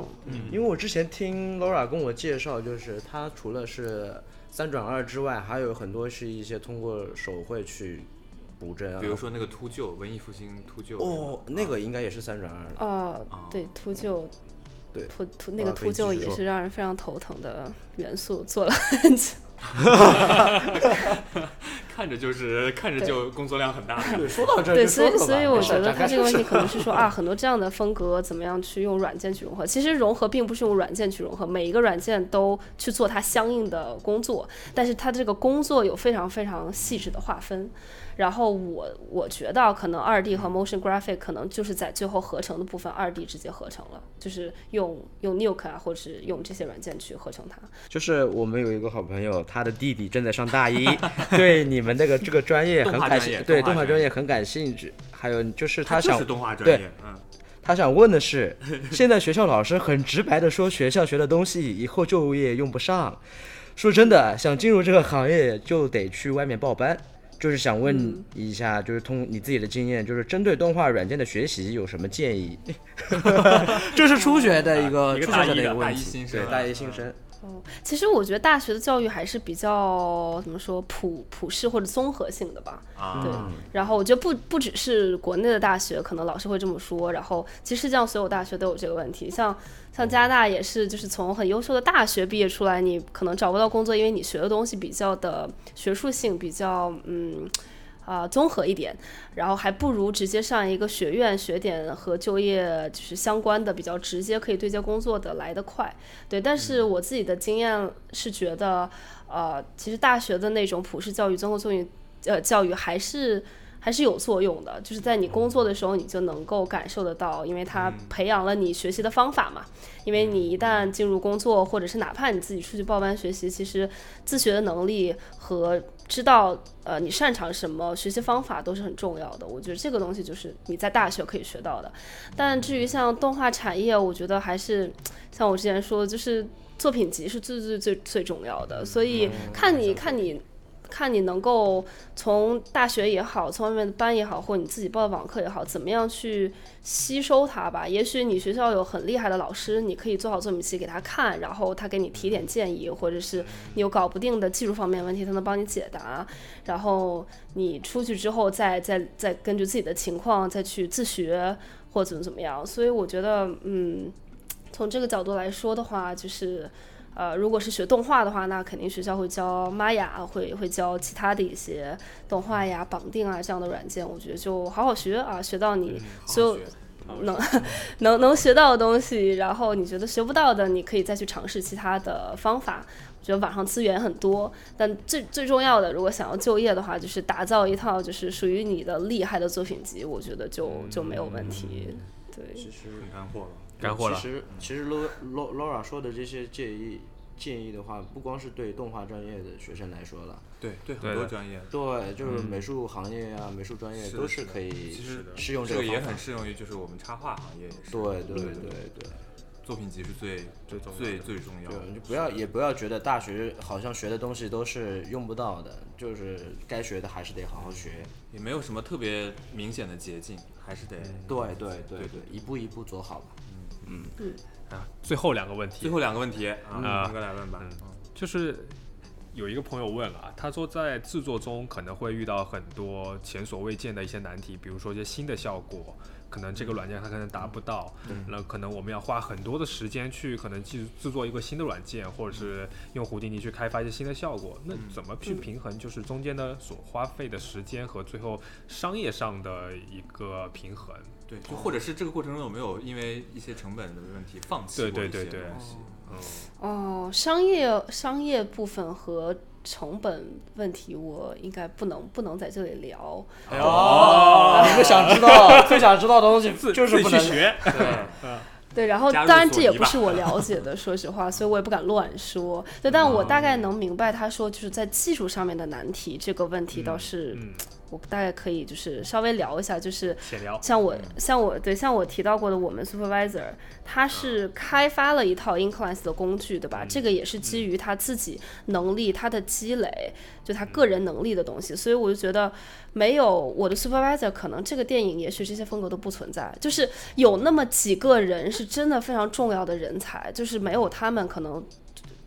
D: 因为我之前听 Laura 跟我介绍，就是它除了是三转二之外，还有很多是一些通过手绘去补帧啊。
B: 比如说那个秃鹫，文艺复兴秃鹫。
D: 哦，那个应该也是三转二的。
A: 呃，对，秃鹫，
D: 哦对
A: 秃秃那个
D: 好了可以
A: 秃
D: 继
A: 鹫
D: 续
A: 也
D: 说
A: 是让人非常头疼的元素，做了 很久。
B: 看着就是看着就工作量很大。
D: 对，说到这
A: 对，
D: 就
A: 所以
D: 说说吧
A: 所以我觉得
D: 展
A: 他
D: 开
A: 这个问
D: 说
A: 题
D: 说
A: 可能是说啊，很多这样的风格怎么样去用软件去融合？其实融合并不是用软件去融合，每一个软件都去做它相应的工作，但是它这个工作有非常非常细致的划分。然后我我觉得啊可能二 D 和 Motion Graphic 可能就是在最后合成的部分，二 D 直接合成了，就是用用 Nuke 啊，或者是用这些软件去合成它。
D: 就是我们有一个好朋友，他的弟弟正在上 大一，对你们那个这个专业很
B: 动画
D: 感
B: 专
D: 兴
B: 业，
D: 对
B: 动画
D: 动画
B: 专
D: 专
B: 业
D: 业很感兴趣。还有就是 他
B: 就
D: 想
B: 是动画专
D: 对
B: 业，嗯，
D: 他想问的是，现在学校老师很直白的说，学校学的东西以后就业用不上。说真的，想进入这个行业就得去外面报班。就是想问一
B: 嗯
D: 下，就是通你自己的经验，就是针对动画软件的学习有什么 建议？这是初学的一个
B: 一个
D: 初
B: 大啊一
D: 学者的
B: 的
D: 个
B: 大
D: 问
B: 一
D: 题
B: 新，生
D: 对
B: 啊
D: 大一新生，
A: 哦，其实我觉得大学的教育还是比较怎么说普普世或者综合性的吧。
B: 啊
A: 对，然后我觉得不不只是国内的大学，可能老师会这么说。然后其实世界上所有大学都有这个问题，像像加拿大也是，就是从很优秀的大学毕业出来，你可能找不到工作，因为你学的东西比较的学术性比较嗯。啊、综合一点，然后还不如直接上一个学院，学点和就业就是相关的，比较直接可以对接工作的来得快。对，但是我自己的经验是觉得，呃，其实大学的那种普世教育、综合作用呃教育还是还是有作用的，就是在你工作的时候，你就能够感受得到，因为它培养了你学习的方法嘛。因为你一旦进入工作，或者是哪怕你自己出去报班学习，其实自学的能力和知道呃你擅长什么，学习方法都是很重要的。我觉得这个东西就是你在大学可以学到的。但至于像动画产业，我觉得还是像我之前说的，就是作品集是最最最最重要的。所以看你看你看你能够从大学也好，从外面的班也好，或你自己报的网课也好，怎么样去吸收它吧。也许你学校有很厉害的老师，你可以做好作品集给他看，然后他给你提点建议，或者是你有搞不定的技术方面问题，他能帮你解答。然后你出去之后再，再再根据自己的情况再去自学或怎么怎么样。所以我觉得，嗯，从这个角度来说的话，就是。呃，如果是学动画的话，那肯定学校会教玛雅，会会教其他的一些动画呀、绑定啊这样的软件。我觉得就好好学啊，学到你所有、能 能能学到的东西，然后你觉得学不到的，你可以再去尝试其他的方法。我觉得网上资源很多，但最最重要的，如果想要就业的话，就是打造一套就是属于你的厉害的作品集，我觉得就就没有问题。对，
B: 很干货了。
C: 干货了
D: 其实其实 Lo Lo Laura 说的这些建议建议的话，不光是对动画专业的学生来说了，
B: 对对，很
C: 对
B: 多
C: 的
B: 专业
D: 对，就是美术行业啊，美术专业
B: 是的
D: 都
B: 是的
D: 可以
B: 其实
D: 适用
B: 这
D: 个
B: 个也
D: 方
B: 很
D: 法。
B: 适用于就是我们插画行业也是。
D: 对对对
B: 作品集是最最最最重要
D: 对，
B: 的
D: 对，你就不要也不要觉得大学好像学的东西都是用不到的，就是该学的还是得好好学。
B: 也没有什么特别明显的捷径，还是得
D: 对对对
B: 嗯对
D: 对，一步一步走好吧。
C: 啊，最后两个问题
B: 最，后两个问题啊，
C: 啊
B: 龙哥来问吧。嗯
C: 就是有一个朋友问了啊，他说在制作中可能会遇到很多前所未见的一些难题，比如说一些新的效果，可能这个软件它可能达不到，那可能我们要花很多的时间去可能制制作一个新的软件，或者是用胡定尼去开发一些新的效果。那怎么
A: 嗯
C: 去平衡就是中间的所花费的时间和最后商业上的一个平衡？
B: 对，就或者是这个过程中有没有因为一些成本的问题放弃
C: 对
B: 过
C: 对
B: 一些
C: 对对
B: 东西
A: 哦，商业商业部分和成本问题，我应该不能不能在这里聊。
D: 哦，一个想知道、最想知道的东西
C: 自
D: 就
C: 自
D: 是
C: 己
D: 不
C: 去
D: 能
C: 学，
A: 对，然后
B: 加入
A: 当然
B: 索
A: 这也
B: 尼
A: 不
B: 吧
A: 是 我了解的，说实话，所以我也不敢乱说。对，但我大
B: 哦
A: 概能明白他说就是在技术上面的难题这个问题倒是，
C: 嗯，
A: 我大概可以就是稍微聊一下，就是
C: 闲聊，
A: 像
B: 嗯
A: 我像我对像我提到过的，我们 supervisor
B: 啊
A: 他是开发了一套 Inclines 的工具，对
B: 嗯
A: 吧？这个也是基于他自己能力、他的积累，就
B: 嗯
A: 他个人能力的东西。所以我就觉得，没有我的 supervisor，可能这个电影也许这些风格都不存在。就是有那么几个人是真的非常重要的人才，就是没有他们，可能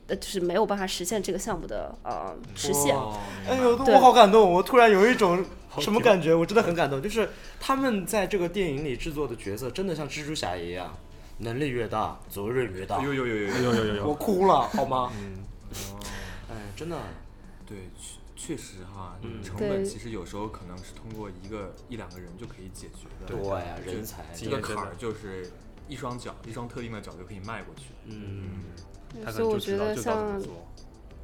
A: 呃就是没有办法实现这个项目的呃实现。
B: 哦，
D: 哎
B: 明白
D: 呦，
A: 对
D: 我好感动！我突然有一种什么感觉？我真的很感动，就是他们在这个电影里制作的角色，真的像蜘蛛侠一样，能力越大，责任越大。
B: 有有有有
D: 哎
B: 有
C: 有有有有，
D: 我哭了，好吗？嗯哎，真的，
B: 对，确确实哈，成
A: 对
B: 本其实有时候可能是通过一个一两个人就可以解决的。
D: 对啊呀，
B: 就
D: 人才，
B: 这
C: 验
B: 个
C: 真
B: 坎
C: 的
B: 儿就是一双脚，一双特定的脚就可以迈过去。
D: 嗯，
C: 他可
A: 所以
C: 能
A: 我
C: 就
A: 觉
C: 知道
A: 得
C: 就知道怎
A: 像
C: 么做。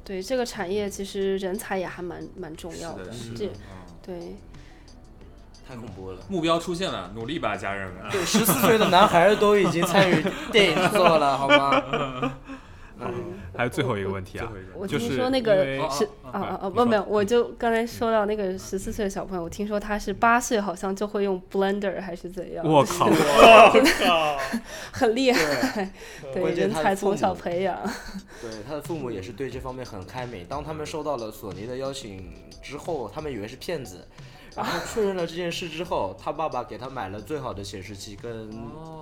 A: 对这个产业，其实人才也还蛮蛮重
B: 是
A: 要
B: 的，是
A: 这
B: 的，嗯。
A: 对。
D: 太恐怖了。
B: 目标出现了，努力吧，家人们。
D: 对，十四岁的男孩都已经参与电影制作了，好吗？ 嗯
C: 还有最后一个问题
B: 最
C: 啊
B: 后，一个，
A: 我
C: 就
A: 听
C: 是
A: 说那
C: 因
A: 个
C: 为哦
A: 是
B: 啊
A: 啊啊啊
C: 你
A: 不
C: 说嗯
A: 没有，我就刚才说到那个十四岁的小朋友，我听说他是八岁，好像就会用 Blender 哦还是怎样，
C: 我靠，
A: 很厉害，对
D: 关键
A: 人
D: 他的
A: 才
D: 父
A: 从小
D: 母
A: 培养，
D: 对，他的父母也是对这方面很开明。当他们收到了索尼的邀请之后，他们以为是骗子，然后确认了这件事之后，他爸爸给他买了最好的显示器跟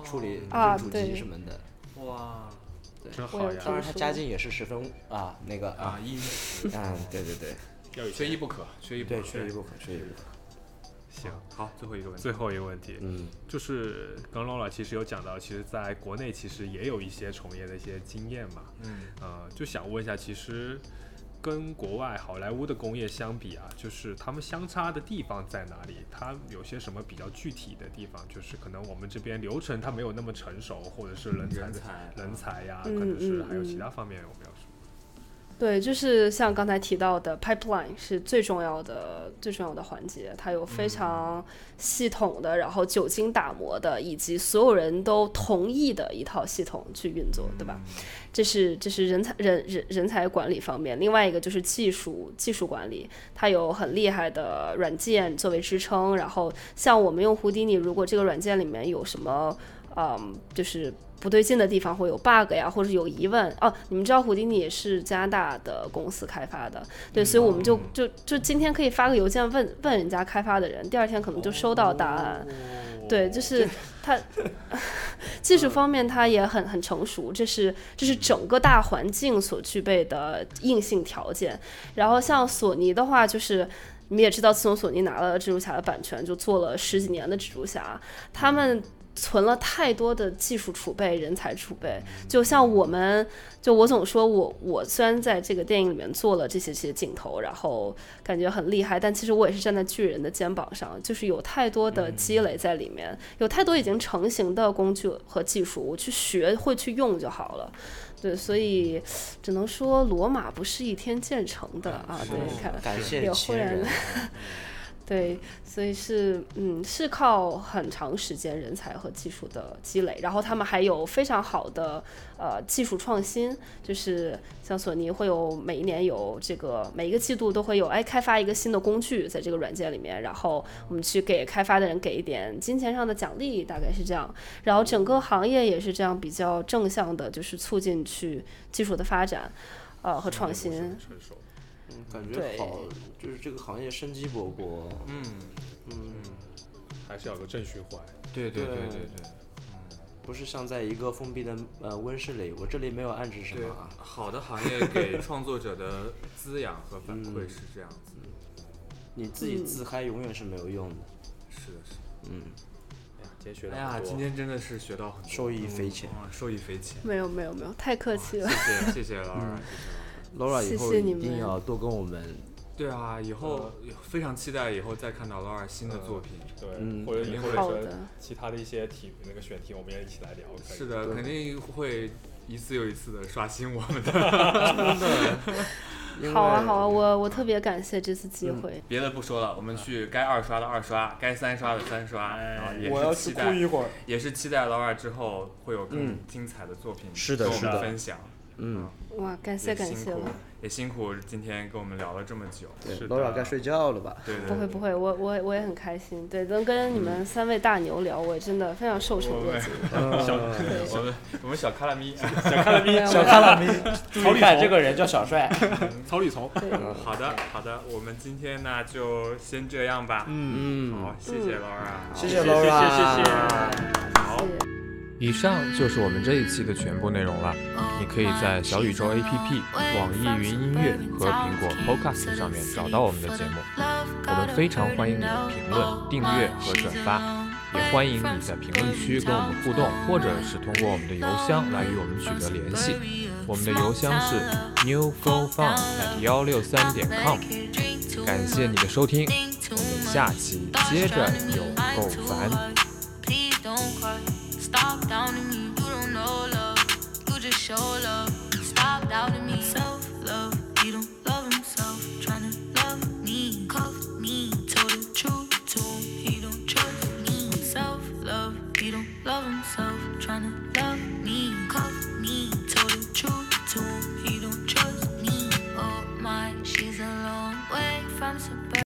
D: 处理
A: 啊
D: 跟主
A: 对
D: 机什么的。
B: 哇
C: 真
A: 我
C: 好
A: 有
C: 呀，
A: 听
D: 当然，他家
A: 说。
D: 境也是十分啊那个啊，
B: 啊， 一
D: 嗯，对对对，
C: 要有
B: 缺一不可，缺一不可，
D: 对，缺一不可，缺一不可。
C: 行。
B: 好，最后一个问题，
C: 最后一个问题，
D: 嗯，
C: 就是刚 Lola 其实有讲到，其实在国内其实也有一些从业的一些经验嘛，
B: 嗯，
C: 呃，就想问一下，其实跟国外好莱坞的工业相比啊，就是他们相差的地方在哪里？它有些什么比较具体的地方？就是可能我们这边流程它没有那么成熟，或者是人才
B: 人才啊
C: 人才呀，可
A: 嗯
C: 能是
A: 嗯
C: 还有其
A: 嗯
C: 他方面我们要说。
A: 对，就是像刚才提到的 pipeline 是最重要的最重要的环节，它
D: 嗯
A: 有非常系统的，然后久经打磨的，以及所有人都同意的一套系统去运作，对吧？这是这是人才人人人才管理方面，另外一个就是技术技术管理，它有很厉害的软件作为支撑，然后像我们用胡迪尼，如果这个软件里面有什么，嗯，就是不对劲的地方，会有 bug 呀，或者有疑问哦、你们知道胡迪尼也是加拿大的公司开发的，对，所以我们就就就今天可以发个邮件问问人家开发的人，第二天可能就收到答案。
G: 哦
A: 对，就是它技术方面它也很很成熟，这是这是整个大环境所具备的硬性条件。然后像索尼的话，就是你们也知道，自从索尼拿了蜘蛛侠的版权，就做了十几年的蜘蛛侠，他们。存了太多的技术储备、人才储备，就像我们，就我总说我我虽然在这个电影里面做了这些这些镜头，然后感觉很厉害，但其实我也是站在巨人的肩膀上，就是有太多的积累在里面，有太多已经成型的工具和技术，我去学会去用就好了。对，所以只能说罗马不是一天建成的啊！对，你看，
D: 感谢
A: 也忽
D: 前
A: 然
D: 人，
A: 对，所以是嗯，是靠很长时间人才和技术的积累，然后他们还有非常好的呃技术创新，就是像索尼会有每一年有这个每一个季度都会有哎开发一个新的工具在这个软件里面，然后我们去给开发的人给一点金钱上的奖励，大概是这样。然后整个行业也是这样比较正向的，就是促进去技术的发展，呃和创
G: 哎
A: 新。
C: 成熟。
D: 嗯感
A: 对
D: 觉好，就是这个行业生机勃勃。
B: 嗯，
C: 还是要有个正循环，
B: 对对对对
D: 对
B: 对。
D: 不是像在一个封闭的呃温室里，我这里没有暗指什么啊。
B: 好的行业给创作者的滋养和反馈是这样子的，
A: 嗯
D: 你自己自嗨永远是没有用的。
B: 是的，是的。
D: 嗯，
G: 今天学到
B: 哎呀，
G: 很多
B: 今天真的是学到很多，
D: 受益匪浅。
B: 嗯，受益匪浅。
A: 没有没有没有，太客气了。
B: 谢谢谢 谢老师，谢谢老师。
D: Laura
A: 谢
D: 以后
A: 谢你
D: 一定
A: 们
D: 要多跟我们，
B: 对啊，以后非常期待以后再看到 Laura 新的作品。
G: 对，
D: 嗯
G: 或者以后
A: 好
G: 说
A: 的
G: 其他的一些题那个选题，我们也一起来聊。可以
B: 是，的，肯定会一次又一次的刷新我们的。
D: 因为
A: 好啊好啊，我我特别感谢这次机会。
B: 别的不说了，我们去该二刷的二刷，该三刷的三刷，然后
H: 我要
B: 也是期
H: 去哭
B: 待，
H: 一会儿。
B: 哎也是期待老二之后会有更
D: 嗯
B: 精彩的作品
D: 是的
B: 跟我
D: 是
B: 们
D: 的
B: 分享。
D: 嗯，
A: 哇，感谢
B: 也
A: 感
B: 辛
A: 谢
B: 苦
A: 了。，
B: 也辛苦今天跟我们聊了这么久。
D: 对
G: 是的
D: ，Laura 该睡觉了吧？
B: 对对嗯
A: 不会不会，我我我也很开心。对，能跟你们三位大牛聊，我真的非常受宠若惊。
B: 对我们我们小卡拉咪。
A: 没有
H: 小
A: 没有
H: 卡拉米，调侃这个人叫小帅。
G: 草履虫，
A: 对，
B: 好的好的，我们今天呢就先这样吧。
D: 嗯，
B: 好，谢谢老二。
D: 谢
H: 谢谢
D: Laura，
H: 谢谢谢谢
A: 谢谢。
C: 以上就是我们这一期的全部内容了。你可以在小宇宙 APP、网易云音乐和苹果 Podcast 上面找到我们的节目。我们非常欢迎你的评论、订阅和转发，也欢迎你在评论区跟我们互动，或者是通过我们的邮箱来与我们取得联系。我们的邮箱是 newgofun 幺六三点 com。感谢你的收听，我们下期接着有够烦。
I: Please don't cry. Stop doubting me. You don't know love. You just show love. Stop doubting me. Self love. You don't love himself. Tryna love me. Cuff me. Told the truth to him. He don't trust me. Self love. He don't love himself. Tryna love me. Cuff me. Told the truth to him. He don't trust me. Oh my, she's a long way from suburban.